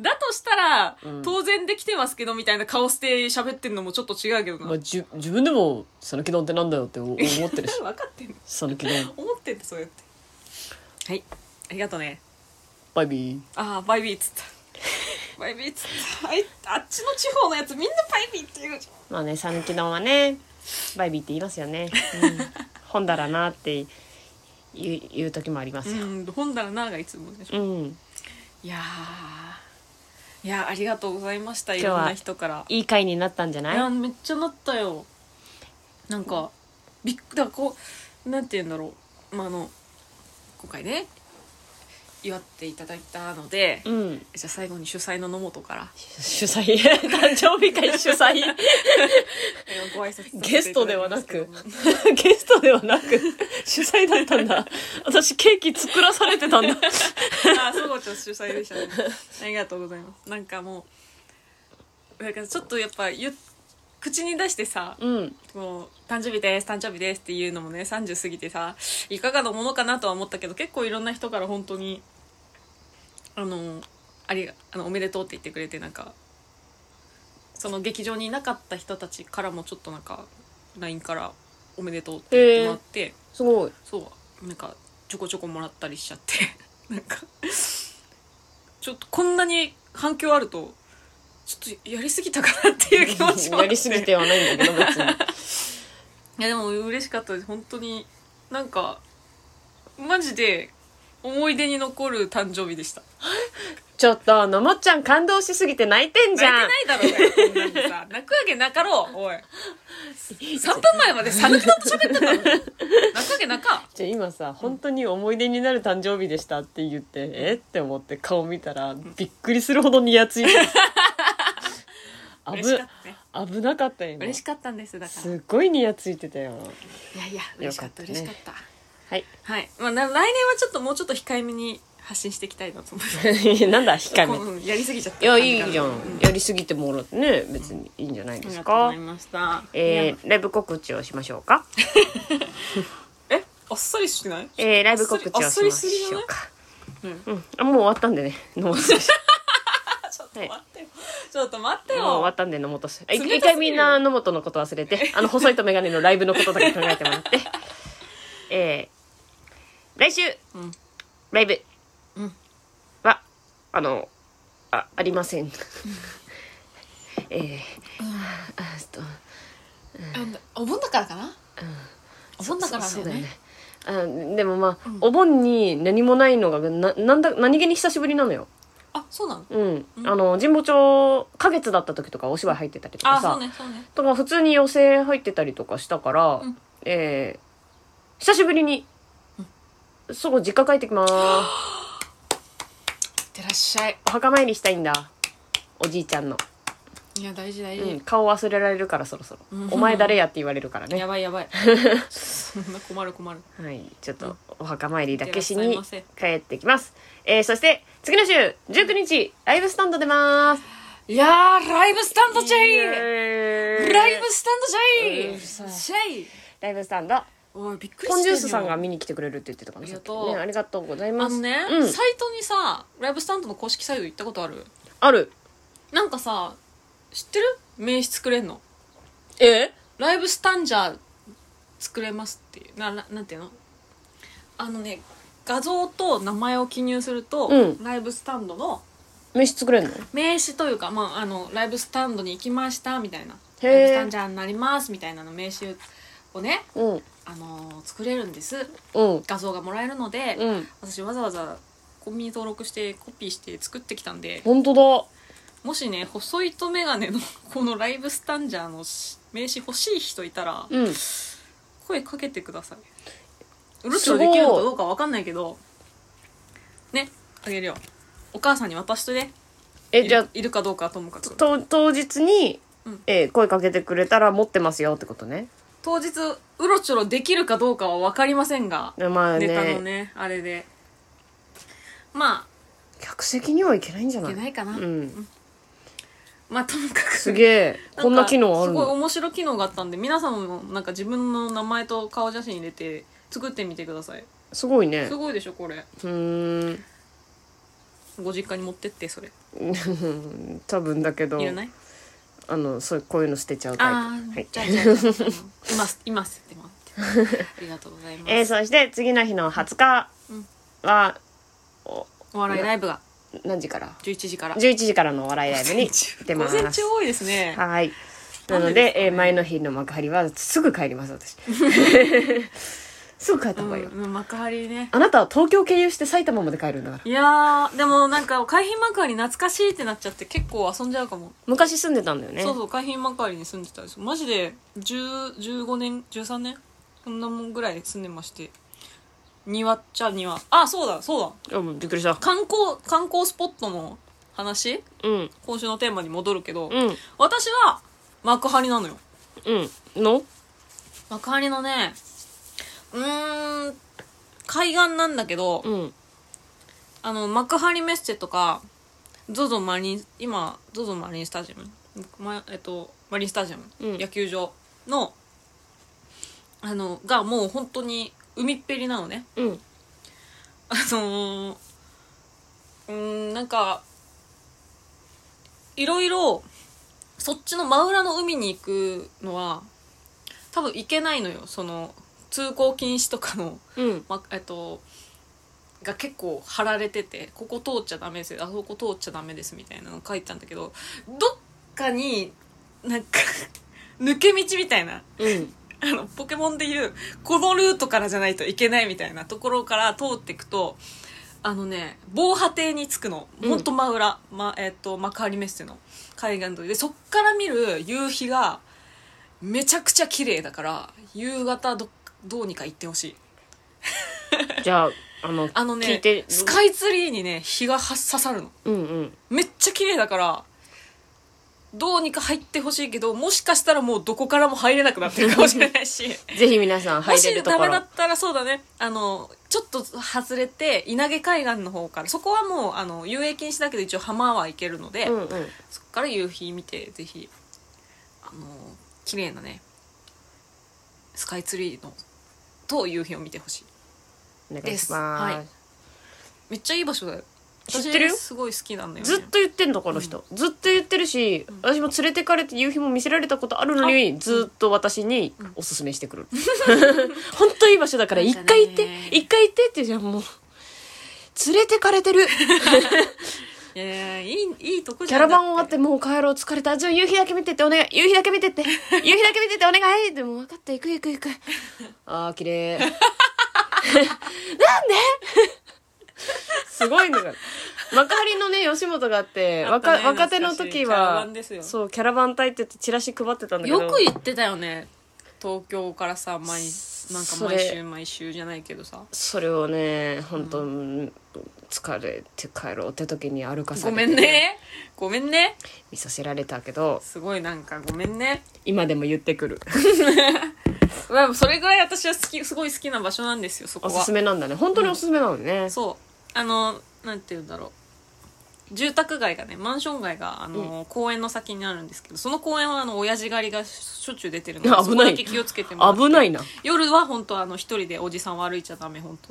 [SPEAKER 2] だとしたら、
[SPEAKER 1] うん
[SPEAKER 2] 当然できてますけどみたいな顔して喋ってんのもちょっと違うけどな、
[SPEAKER 1] まあ、じゅ自分でもさぬき丼ってなんだよって思ってる し
[SPEAKER 2] 分かってんの
[SPEAKER 1] さぬき丼
[SPEAKER 2] 思ってんだそうやってはいありがとうね
[SPEAKER 1] バイビー
[SPEAKER 2] ああバイビーっつったバイビーっつったあいあっちの地方のやつみんなバイビーって言うじ
[SPEAKER 1] まあねさぬき丼はねバイビーって言いますよね、うん、本だらなって言う言う時もありま
[SPEAKER 2] ゃんうん本棚なあがいつもでしょ
[SPEAKER 1] うん、
[SPEAKER 2] いやーいやーありがとうございましたいろんな人から
[SPEAKER 1] いい回になったんじゃない
[SPEAKER 2] いやめっちゃなったよなんかびっくだからこうなんて言うんだろう、まあ、あの今回ね祝っていただいたので、じゃ
[SPEAKER 1] うん、
[SPEAKER 2] あ最後に主催の野本から
[SPEAKER 1] 主催 誕生日会主催
[SPEAKER 2] え ーご挨拶させていただきます
[SPEAKER 1] ゲストではなく ゲストではなく主催だったん だ私ケーキ作らされてた んだ
[SPEAKER 2] あそうちゃん主催でしたねありがとうございますなんかもうなんかちょっとやっぱゆ口に出してさ、
[SPEAKER 1] うん
[SPEAKER 2] もう誕生日です誕生日ですっていうのもね30過ぎてさいかがなものかなとは思ったけど結構いろんな人から本当にあのありがあのおめでとうって言ってくれてなんかその劇場にいなかった人たちからもちょっとなんか LINE から「おめでとう」って言ってもらって
[SPEAKER 1] すごい
[SPEAKER 2] そうなんかちょこちょこもらったりしちゃって なんかちょっとこんなに反響あるとちょっとやりすぎたかなっていう気持ちもあって
[SPEAKER 1] やりすぎてはないんだけど別に
[SPEAKER 2] いやでも嬉しかったです本当になんかマジで思い出に残る誕生日でした
[SPEAKER 1] ちょっとのもっちゃん感動しすぎて泣いてんじゃん
[SPEAKER 2] 泣いてないだろうよこんな にさ泣くわけなかろうおい3分前まで讃岐丼と喋って たのに泣くわけなか
[SPEAKER 1] じゃあ今さ本当に思い出になる誕生日でしたって言って、えって思って顔見たらびっくりするほどにやついてる
[SPEAKER 2] 嬉しかっ
[SPEAKER 1] 危
[SPEAKER 2] たね
[SPEAKER 1] 危なかったよ今
[SPEAKER 2] 嬉しかったんですだから
[SPEAKER 1] すっごいにやついてたよ
[SPEAKER 2] いやいや嬉しかった
[SPEAKER 1] よかったね
[SPEAKER 2] 嬉しかった
[SPEAKER 1] はい
[SPEAKER 2] はい、まあ、な来年はちょっともうちょっと控えめに発信していきたいなと思って
[SPEAKER 1] なんだ控えめ
[SPEAKER 2] うんやりすぎちゃった
[SPEAKER 1] いやいいじゃん
[SPEAKER 2] あ
[SPEAKER 1] やりすぎてもらってね別にいいんじゃないで
[SPEAKER 2] り
[SPEAKER 1] す
[SPEAKER 2] がとうご
[SPEAKER 1] か
[SPEAKER 2] ざいました
[SPEAKER 1] えー、ライブ告知をしましょうか
[SPEAKER 2] えあっさりしない
[SPEAKER 1] えー、ライブ告知をしましょ
[SPEAKER 2] あっさりすぎじゃ
[SPEAKER 1] う
[SPEAKER 2] ない
[SPEAKER 1] か
[SPEAKER 2] うん
[SPEAKER 1] うん、あもう終わったんでね飲もうとし
[SPEAKER 2] ちょっと待ってよ。ちょっと待って
[SPEAKER 1] もう
[SPEAKER 2] よ。
[SPEAKER 1] 終わったんで野本さんあ
[SPEAKER 2] 冷たすぎる
[SPEAKER 1] 一回みんな野本のこと忘れ てあの細いと眼鏡のライブのことだけ考えてもら ってえー、来週、
[SPEAKER 2] うん
[SPEAKER 1] ライブ
[SPEAKER 2] うん
[SPEAKER 1] はあのあありません えー、ああちょっと
[SPEAKER 2] あお盆だからかな。お盆だからだ
[SPEAKER 1] そう
[SPEAKER 2] よ
[SPEAKER 1] だよ
[SPEAKER 2] ね
[SPEAKER 1] ね。あでもまあ、お盆に何もないのがななんだ何気に久しぶりなのよ
[SPEAKER 2] あそうなの
[SPEAKER 1] うん、
[SPEAKER 2] うん
[SPEAKER 1] あの神保町花月だった時とかお芝居入ってたりと
[SPEAKER 2] あ
[SPEAKER 1] か
[SPEAKER 2] そう
[SPEAKER 1] さ、
[SPEAKER 2] ねそうね
[SPEAKER 1] とか普通に寄席入ってたりとかしたから、
[SPEAKER 2] うん
[SPEAKER 1] えー久しぶりに、そこ実家帰ってきます
[SPEAKER 2] いってらっしゃい
[SPEAKER 1] お墓参りしたいんだおじいちゃんの、
[SPEAKER 2] いや大事大事、
[SPEAKER 1] うん、顔忘れられるからそろそろ、
[SPEAKER 2] うん
[SPEAKER 1] お前誰やって言われるからね
[SPEAKER 2] やばいや ばいそんな困る困る
[SPEAKER 1] はい、ちょっとお墓参りだけし
[SPEAKER 2] いって
[SPEAKER 1] に
[SPEAKER 2] らっしゃいま
[SPEAKER 1] 帰ってきます。えー、そして次の週19日ライブスタンド出ます。
[SPEAKER 2] いやーライブスタンドチェイラ
[SPEAKER 1] ラ
[SPEAKER 2] イブスタンドチ
[SPEAKER 1] う
[SPEAKER 2] ェ
[SPEAKER 1] る
[SPEAKER 2] イ
[SPEAKER 1] さい
[SPEAKER 2] チェイ
[SPEAKER 1] ライブスタンド。
[SPEAKER 2] おいびっくりした
[SPEAKER 1] ポンジュース
[SPEAKER 2] よ
[SPEAKER 1] さんが見に来てくれるって言ってたから
[SPEAKER 2] あり
[SPEAKER 1] さ
[SPEAKER 2] が
[SPEAKER 1] っき
[SPEAKER 2] とう
[SPEAKER 1] ねありがとうございま
[SPEAKER 2] あ
[SPEAKER 1] す。
[SPEAKER 2] のね、
[SPEAKER 1] うん
[SPEAKER 2] サイトにさライブスタンドの公式サイト行ったことある
[SPEAKER 1] ある。
[SPEAKER 2] なんかさ知ってる名刺作れんの
[SPEAKER 1] え？
[SPEAKER 2] ライブスタンジャー作れますっていうなななんていうのあのね画像と名前を記入すると、
[SPEAKER 1] うん
[SPEAKER 2] ライブスタンドの
[SPEAKER 1] 飯作れんの？
[SPEAKER 2] 名刺というか、まあ、あのライブスタンドに行きましたみたいな
[SPEAKER 1] へー
[SPEAKER 2] ライブスタンジャーになりますみたいなの名刺をね、
[SPEAKER 1] うん
[SPEAKER 2] あのー作れるんです
[SPEAKER 1] うん
[SPEAKER 2] 画像がもらえるので、
[SPEAKER 1] うん。
[SPEAKER 2] 私わざわざコンビニ登録してコピーして作ってきたんで
[SPEAKER 1] 本当
[SPEAKER 2] もしね細いとメガネのこのライブスタンジャーのし名刺欲しい人いたら
[SPEAKER 1] だ。うん。
[SPEAKER 2] 声かけてくださいうるっとできるのかどうかわかんないけどねあげるよお母さんに渡しとねい
[SPEAKER 1] え
[SPEAKER 2] る
[SPEAKER 1] じゃあ
[SPEAKER 2] いるかどうかはともかく
[SPEAKER 1] と当日に、
[SPEAKER 2] うん
[SPEAKER 1] えー声かけてくれたら持ってますよってことね。
[SPEAKER 2] 当日うろちょろできるかどうかは分かりませんが、
[SPEAKER 1] まあ
[SPEAKER 2] ネタ
[SPEAKER 1] ね
[SPEAKER 2] のねあれでま
[SPEAKER 1] 客席にはいけないんじゃ
[SPEAKER 2] あ
[SPEAKER 1] な
[SPEAKER 2] い
[SPEAKER 1] い？
[SPEAKER 2] けないかな、
[SPEAKER 1] うん。
[SPEAKER 2] まあともかく
[SPEAKER 1] すげえこんな機能ある
[SPEAKER 2] すごい
[SPEAKER 1] の？
[SPEAKER 2] 面白い機能があったんで皆さんもなんか自分の名前と顔写真入れて作ってみてください
[SPEAKER 1] すごいね
[SPEAKER 2] す。ごいでしょこれ
[SPEAKER 1] うーん。
[SPEAKER 2] ご実家に持ってってそれ
[SPEAKER 1] うん多分だけど
[SPEAKER 2] いらない
[SPEAKER 1] あのそうこういうの捨てちゃうタイプ
[SPEAKER 2] ああ、
[SPEAKER 1] はい
[SPEAKER 2] じゃあじゃあじゃああの今す今すってもらってありがとうございます、
[SPEAKER 1] えー、そして次の日の20日は、
[SPEAKER 2] お笑いライブが
[SPEAKER 1] 何時から
[SPEAKER 2] 11時から
[SPEAKER 1] 11時からのお笑いライブに出ま
[SPEAKER 2] 午前中
[SPEAKER 1] す
[SPEAKER 2] 多いですね
[SPEAKER 1] はいな
[SPEAKER 2] なんでですかね
[SPEAKER 1] のでえー前の日の幕張はすぐ帰ります 私すぐ帰った
[SPEAKER 2] う
[SPEAKER 1] 方
[SPEAKER 2] ん
[SPEAKER 1] がいいよ、
[SPEAKER 2] うん幕張ね
[SPEAKER 1] あなたは東京経由して埼玉まで帰るんだから
[SPEAKER 2] いやーでもなんか海浜幕張懐かしいってなっちゃって結構遊んじゃうかも、
[SPEAKER 1] 昔住んでたんだよね
[SPEAKER 2] そうそう海浜幕張に住んでたんですよマジで10 15年13年そんなもんぐらい住んでまして庭っちゃ庭あそうだそうだ
[SPEAKER 1] うんびっくりした
[SPEAKER 2] 観光観光スポットの話
[SPEAKER 1] うん
[SPEAKER 2] 今週のテーマに戻るけど、
[SPEAKER 1] うん
[SPEAKER 2] 私は幕張なのよ
[SPEAKER 1] うんの
[SPEAKER 2] 幕張のねうーん海岸なんだけど、
[SPEAKER 1] うん
[SPEAKER 2] あの幕張メッセとか ZOZO マリン今 ZOZO マリンスタジアム、まえっと、マリンスタジアム、
[SPEAKER 1] うん
[SPEAKER 2] 野球場のあのがもう本当に海っぺりなのね
[SPEAKER 1] うん
[SPEAKER 2] あのーうーんなんかいろいろそっちの真裏の海に行くのは多分行けないのよその通行禁止とかの
[SPEAKER 1] うん
[SPEAKER 2] ま、えっと、が結構貼られてて、ここ通っちゃダメですよ、あそこ通っちゃダメですみたいなの書いてたんだけど、どっかに、なんか、 抜け道みたいな、
[SPEAKER 1] うん
[SPEAKER 2] あの、ポケモンでいう、このルートからじゃないといけないみたいなところから通っていくと、あのね、防波堤に着くの。
[SPEAKER 1] うん
[SPEAKER 2] ほんと真裏。ま、えっと、幕張メッセの海岸沿いで、そっから見る夕日が、めちゃくちゃ綺麗だから、夕方ど、どうにか行ってほしい。
[SPEAKER 1] じゃああの
[SPEAKER 2] あの
[SPEAKER 1] 聞い
[SPEAKER 2] ね
[SPEAKER 1] て、
[SPEAKER 2] スカイツリーにね、日がは刺さるの。
[SPEAKER 1] うんうん
[SPEAKER 2] めっちゃ綺麗だから、どうにか入ってほしいけど、もしかしたらもうどこからも入れなくなってるかもしれな いし、
[SPEAKER 1] ぜひ皆さん
[SPEAKER 2] も
[SPEAKER 1] 入れる
[SPEAKER 2] し
[SPEAKER 1] とこ
[SPEAKER 2] ダ
[SPEAKER 1] ろ
[SPEAKER 2] メだったらそうだね、あの、ちょっと外れて、稲毛海岸の方から、そこはもう、あの、遊泳禁止だけど一応浜は行けるので、
[SPEAKER 1] うんうん
[SPEAKER 2] そこから夕日見て、ぜひ、あの、綺麗なね、スカイツリーの、と夕日を見てほしい。
[SPEAKER 1] お願い
[SPEAKER 2] で
[SPEAKER 1] し
[SPEAKER 2] す
[SPEAKER 1] ます、
[SPEAKER 2] はいめっちゃいい場所だよ。
[SPEAKER 1] 知ってるよ
[SPEAKER 2] 私すごい好きなんだよね。
[SPEAKER 1] ずっと言ってんだこの人、ずっと言ってるし、私も連れてかれて夕日も見せられたことあるのにずっと私におすすめしてくる、 本当いい場所だから
[SPEAKER 2] なん
[SPEAKER 1] 一
[SPEAKER 2] かね
[SPEAKER 1] 回行って一回行ってってじゃんもう連れてかれてる
[SPEAKER 2] いやいやいいいいとこ
[SPEAKER 1] キャラバン終わ
[SPEAKER 2] は
[SPEAKER 1] ってもう帰ろう疲れたじゃあ夕日だけ見てってお願い夕日だけ見てっ て夕日だけ見てってお願いでも分かった行く行く行くあー綺麗なんですごいんだから幕張のね吉本があって
[SPEAKER 3] あった
[SPEAKER 1] 若
[SPEAKER 3] ね
[SPEAKER 1] 若手の
[SPEAKER 3] 懐かしいキ
[SPEAKER 1] 時
[SPEAKER 3] ャラ
[SPEAKER 1] は
[SPEAKER 3] バンですよ
[SPEAKER 1] そうキャラバン隊って言ってチラシ配ってたんだけど
[SPEAKER 2] よく言ってたよね東京からさ毎なんか
[SPEAKER 1] そ
[SPEAKER 2] 毎
[SPEAKER 1] れ
[SPEAKER 2] 週毎週じゃないけどさ
[SPEAKER 1] それをね本当、疲れて帰ろうって時に歩かさ
[SPEAKER 2] ご
[SPEAKER 1] れて
[SPEAKER 2] めんねごめんね
[SPEAKER 1] 見させられたけど
[SPEAKER 2] すごいなんかごめんね
[SPEAKER 1] 今でも言ってくる
[SPEAKER 2] まあそれぐらい私は好きすごい好きな場所なんですよそこ
[SPEAKER 1] お
[SPEAKER 2] は
[SPEAKER 1] すすめなんだね本当におすすめなのね、
[SPEAKER 2] そうあのなんて言うんだろう住宅街がねマンション街があの、公園の先にあるんですけどその公園はあの親父狩りがしょっちゅう出てるので
[SPEAKER 1] 危ない
[SPEAKER 2] そこだけ気をつけてもらって
[SPEAKER 1] 危ないな
[SPEAKER 2] 夜は本当あの一人でおじさんは歩いちゃダメ本当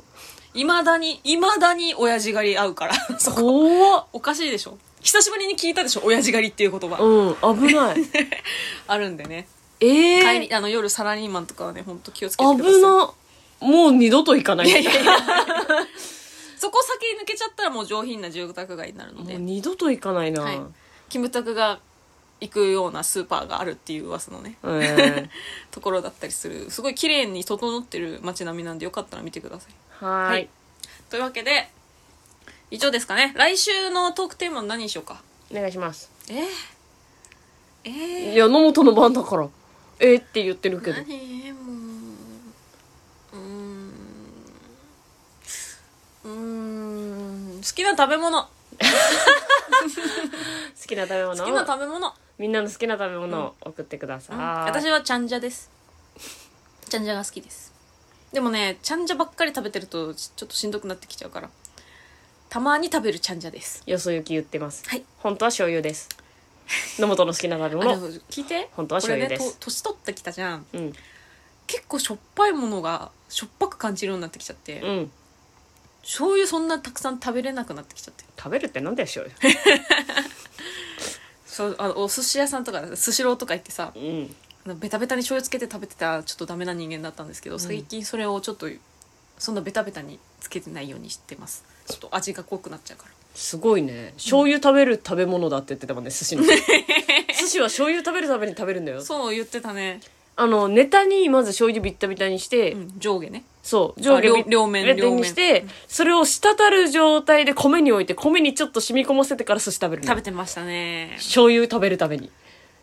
[SPEAKER 2] いまだにいまだに親父狩り合うから そこ
[SPEAKER 1] 怖っ
[SPEAKER 2] おかしいでしょ久しぶりに聞いたでしょ親父狩りっていう言葉
[SPEAKER 1] うん危 ない
[SPEAKER 2] あるんでね、
[SPEAKER 1] ええ
[SPEAKER 2] 帰りあの夜サラリーマンとかはね本当気をつけてください
[SPEAKER 1] 危なもう二度と行かない
[SPEAKER 2] いやいやいやそこ先抜けちゃったらもう上品な住宅街になるの
[SPEAKER 1] も
[SPEAKER 2] で
[SPEAKER 1] う二度と行かないな、
[SPEAKER 2] はい、キムタクが行くようなスーパーがあるっていう噂のね
[SPEAKER 1] えー
[SPEAKER 2] ところだったりするすごい綺麗に整ってる街並みなんでよかったら見てください
[SPEAKER 1] はーい
[SPEAKER 2] というわけで以上ですかね来週のトークテーマ何にしようか
[SPEAKER 1] お願いします
[SPEAKER 2] えー、えー
[SPEAKER 1] いや野本の番だからえー、って言ってる けど
[SPEAKER 2] 何もううーんうーん好きな食べ物好
[SPEAKER 1] 好きな食べ物を
[SPEAKER 2] きな食べ物
[SPEAKER 1] みんなの好きな食べ物を送ってください、
[SPEAKER 2] 私はちゃんじゃですちゃんじゃが好きですでもねちゃんじゃばっかり食べてるとちちょっとしんどくなってきちゃうからたまに食べるちゃんじゃです
[SPEAKER 1] よそ行き言ってます、
[SPEAKER 2] はい
[SPEAKER 1] 本当は醤油です野本の好きな食べ
[SPEAKER 2] あの
[SPEAKER 1] 物
[SPEAKER 2] 聞いて
[SPEAKER 1] 本当は醤油です
[SPEAKER 2] これねと年取ってきたじゃん
[SPEAKER 1] うん
[SPEAKER 2] 結構しょっぱいものがしょっぱく感じるようになってきちゃって、
[SPEAKER 1] うん
[SPEAKER 2] 醤油そんなたくさん食べれなくなってきちゃって
[SPEAKER 1] 食べるってなんだよ醤 油
[SPEAKER 2] そうあのお寿司屋さんとかスシローとか行ってさ
[SPEAKER 1] うん
[SPEAKER 2] あのベタベタに醤油つけて食べてたちょっとダメな人間だったんですけど、最近それをちょっとそんなベタベタにつけてないようにしてますちょっと味が濃くなっちゃうから
[SPEAKER 1] すごいね醤油食べる食べ物だって言ってたもんね寿司の 寿司は醤油食べるために食べるんだよ
[SPEAKER 2] そう言ってたね、
[SPEAKER 1] あのネタにまず醤油ビッタビタにして、
[SPEAKER 2] うん、上下ね
[SPEAKER 1] そう上下
[SPEAKER 2] あ両両面
[SPEAKER 1] ビッタビタにして、それを滴る状態で米に置いて米にちょっと染み込ませてから寿司食べるの
[SPEAKER 2] 食べてましたね
[SPEAKER 1] 醤油食べるために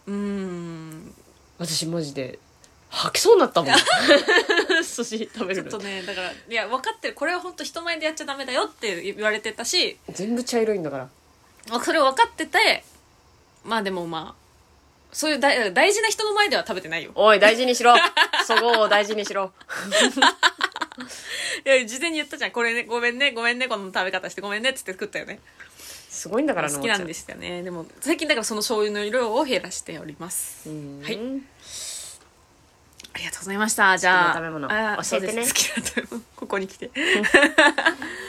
[SPEAKER 2] うーん
[SPEAKER 1] 私マジで吐きそうになっ たもん寿司食べ
[SPEAKER 2] ちょ
[SPEAKER 1] る
[SPEAKER 2] っ
[SPEAKER 1] の
[SPEAKER 2] とねだからいや分かってるこれは本当人前でやっちゃダメだよって言われてたし
[SPEAKER 1] 全部茶色いんだから
[SPEAKER 2] まあそれを分かっててまあでもまあそういう大大事な人の前では食べてないよ
[SPEAKER 1] おい大事に しろそごを大事にしろ
[SPEAKER 2] いや事前に言ったじゃんこれねごめんねごめんねこの食べ方してごめんねっつって食ったよね
[SPEAKER 1] すごいんだから、
[SPEAKER 2] 好きなんですしたねでも最近だからその醤油の量を減らしております
[SPEAKER 1] うん
[SPEAKER 2] はいありがとうございましたじゃあ
[SPEAKER 1] 好きな食べ物
[SPEAKER 2] あ
[SPEAKER 1] 教えてね
[SPEAKER 2] そうです好きな食べ物ここに来て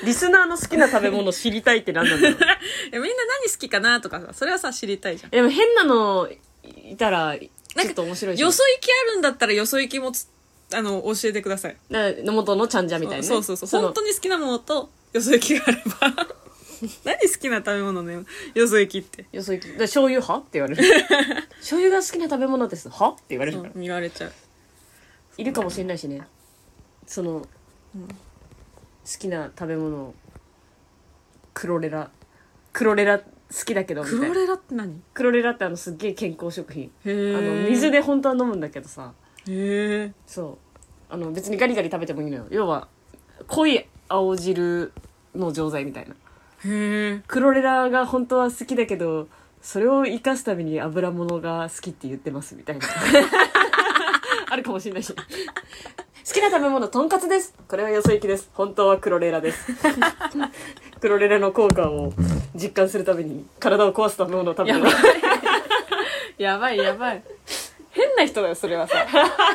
[SPEAKER 1] リスナーの好きな食べ物知りたいって何なんだろう
[SPEAKER 2] いやみんな何好きかなとかさそれはさ知りたいじゃん
[SPEAKER 1] でも変なのいたらちょっと面白いし
[SPEAKER 2] よそ行きあるんだったらよそ行きもつあの教えてください
[SPEAKER 1] な野本のちゃんじゃみたいなね、
[SPEAKER 2] そうそうそう本当に好きなものとよそ行きがあれ ば何好きな食べ物のよよそ行きって、
[SPEAKER 1] よそ行きだから醤油派って言わ れる醤油が好きな食べ物です派って言われるから、
[SPEAKER 2] 見られちゃう
[SPEAKER 1] いるかもしれないしねその、好きな食べ物クロレラクロレラ好きだけどみたい
[SPEAKER 2] ク
[SPEAKER 1] な
[SPEAKER 2] ロレラって何
[SPEAKER 1] クロレラってあのすっげえ健康食品
[SPEAKER 2] へ
[SPEAKER 1] あ
[SPEAKER 2] ー
[SPEAKER 1] の水で本当は飲むんだけどさ
[SPEAKER 2] へえ
[SPEAKER 1] そうあの別にガリガリ食べてもいいのよ要は濃い青汁の錠剤みたいな
[SPEAKER 2] へえ
[SPEAKER 1] クロレラが本当は好きだけどそれを生かすために油物が好きって言ってますみ たいなあるかもしれないし好きな食べ物とんかつですこれはよそ行きです本当はクロレラです クロレラの効果を実感するために体を壊す食べ物を食べてる
[SPEAKER 2] やばいやばい変な人だよそれは さ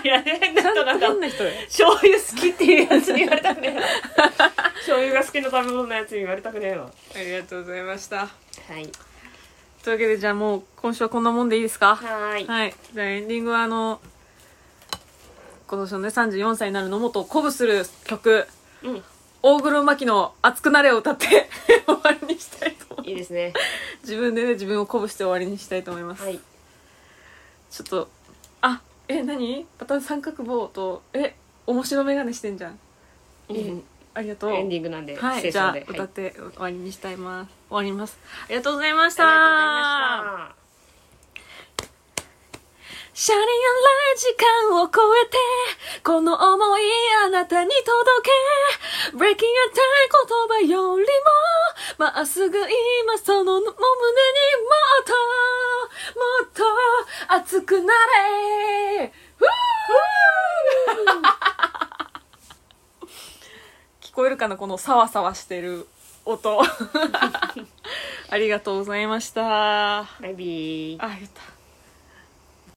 [SPEAKER 1] いや変な人なんだ
[SPEAKER 2] 変な人だよ
[SPEAKER 1] 醤油好きっていうやつに言われたくね えわ醤油が好きな食べ物のやつに言われたくねえわ
[SPEAKER 2] ありがとうございました
[SPEAKER 1] はい
[SPEAKER 2] というわけでじゃあもう今週はこんなもんでいいですか
[SPEAKER 1] はーい
[SPEAKER 2] はい。じゃあエンディングはあの、今年のね、34歳になる野本を鼓舞する曲、
[SPEAKER 1] うん
[SPEAKER 2] 大黒摩季の熱くなれを歌って 終わりにしたいと思う。
[SPEAKER 1] いいですね
[SPEAKER 2] 自分でね、自分を鼓舞して終わりにしたいと思います。
[SPEAKER 1] はい
[SPEAKER 2] ちょっと、あ、え、何また三角棒と、え、面白メガネしてんじゃん。え、ありがとう
[SPEAKER 4] エンディングなんで、
[SPEAKER 2] はい
[SPEAKER 4] 清
[SPEAKER 2] じゃ
[SPEAKER 4] 掃
[SPEAKER 2] あ
[SPEAKER 4] で。
[SPEAKER 2] 歌っ
[SPEAKER 4] はい
[SPEAKER 2] て終わりにしたいます終わりますありがとうございました
[SPEAKER 4] ありがとうございました。
[SPEAKER 2] シャリアンライ時間を超えて、この思いあなたに届け。Breaking a 言葉よりも、まっすぐ今その胸にもっと、もっと熱くなれ。ふぅ聞こえるかなこのサワサワしてる音。ありがとうございました。あ、
[SPEAKER 4] バイビー。
[SPEAKER 2] 言った。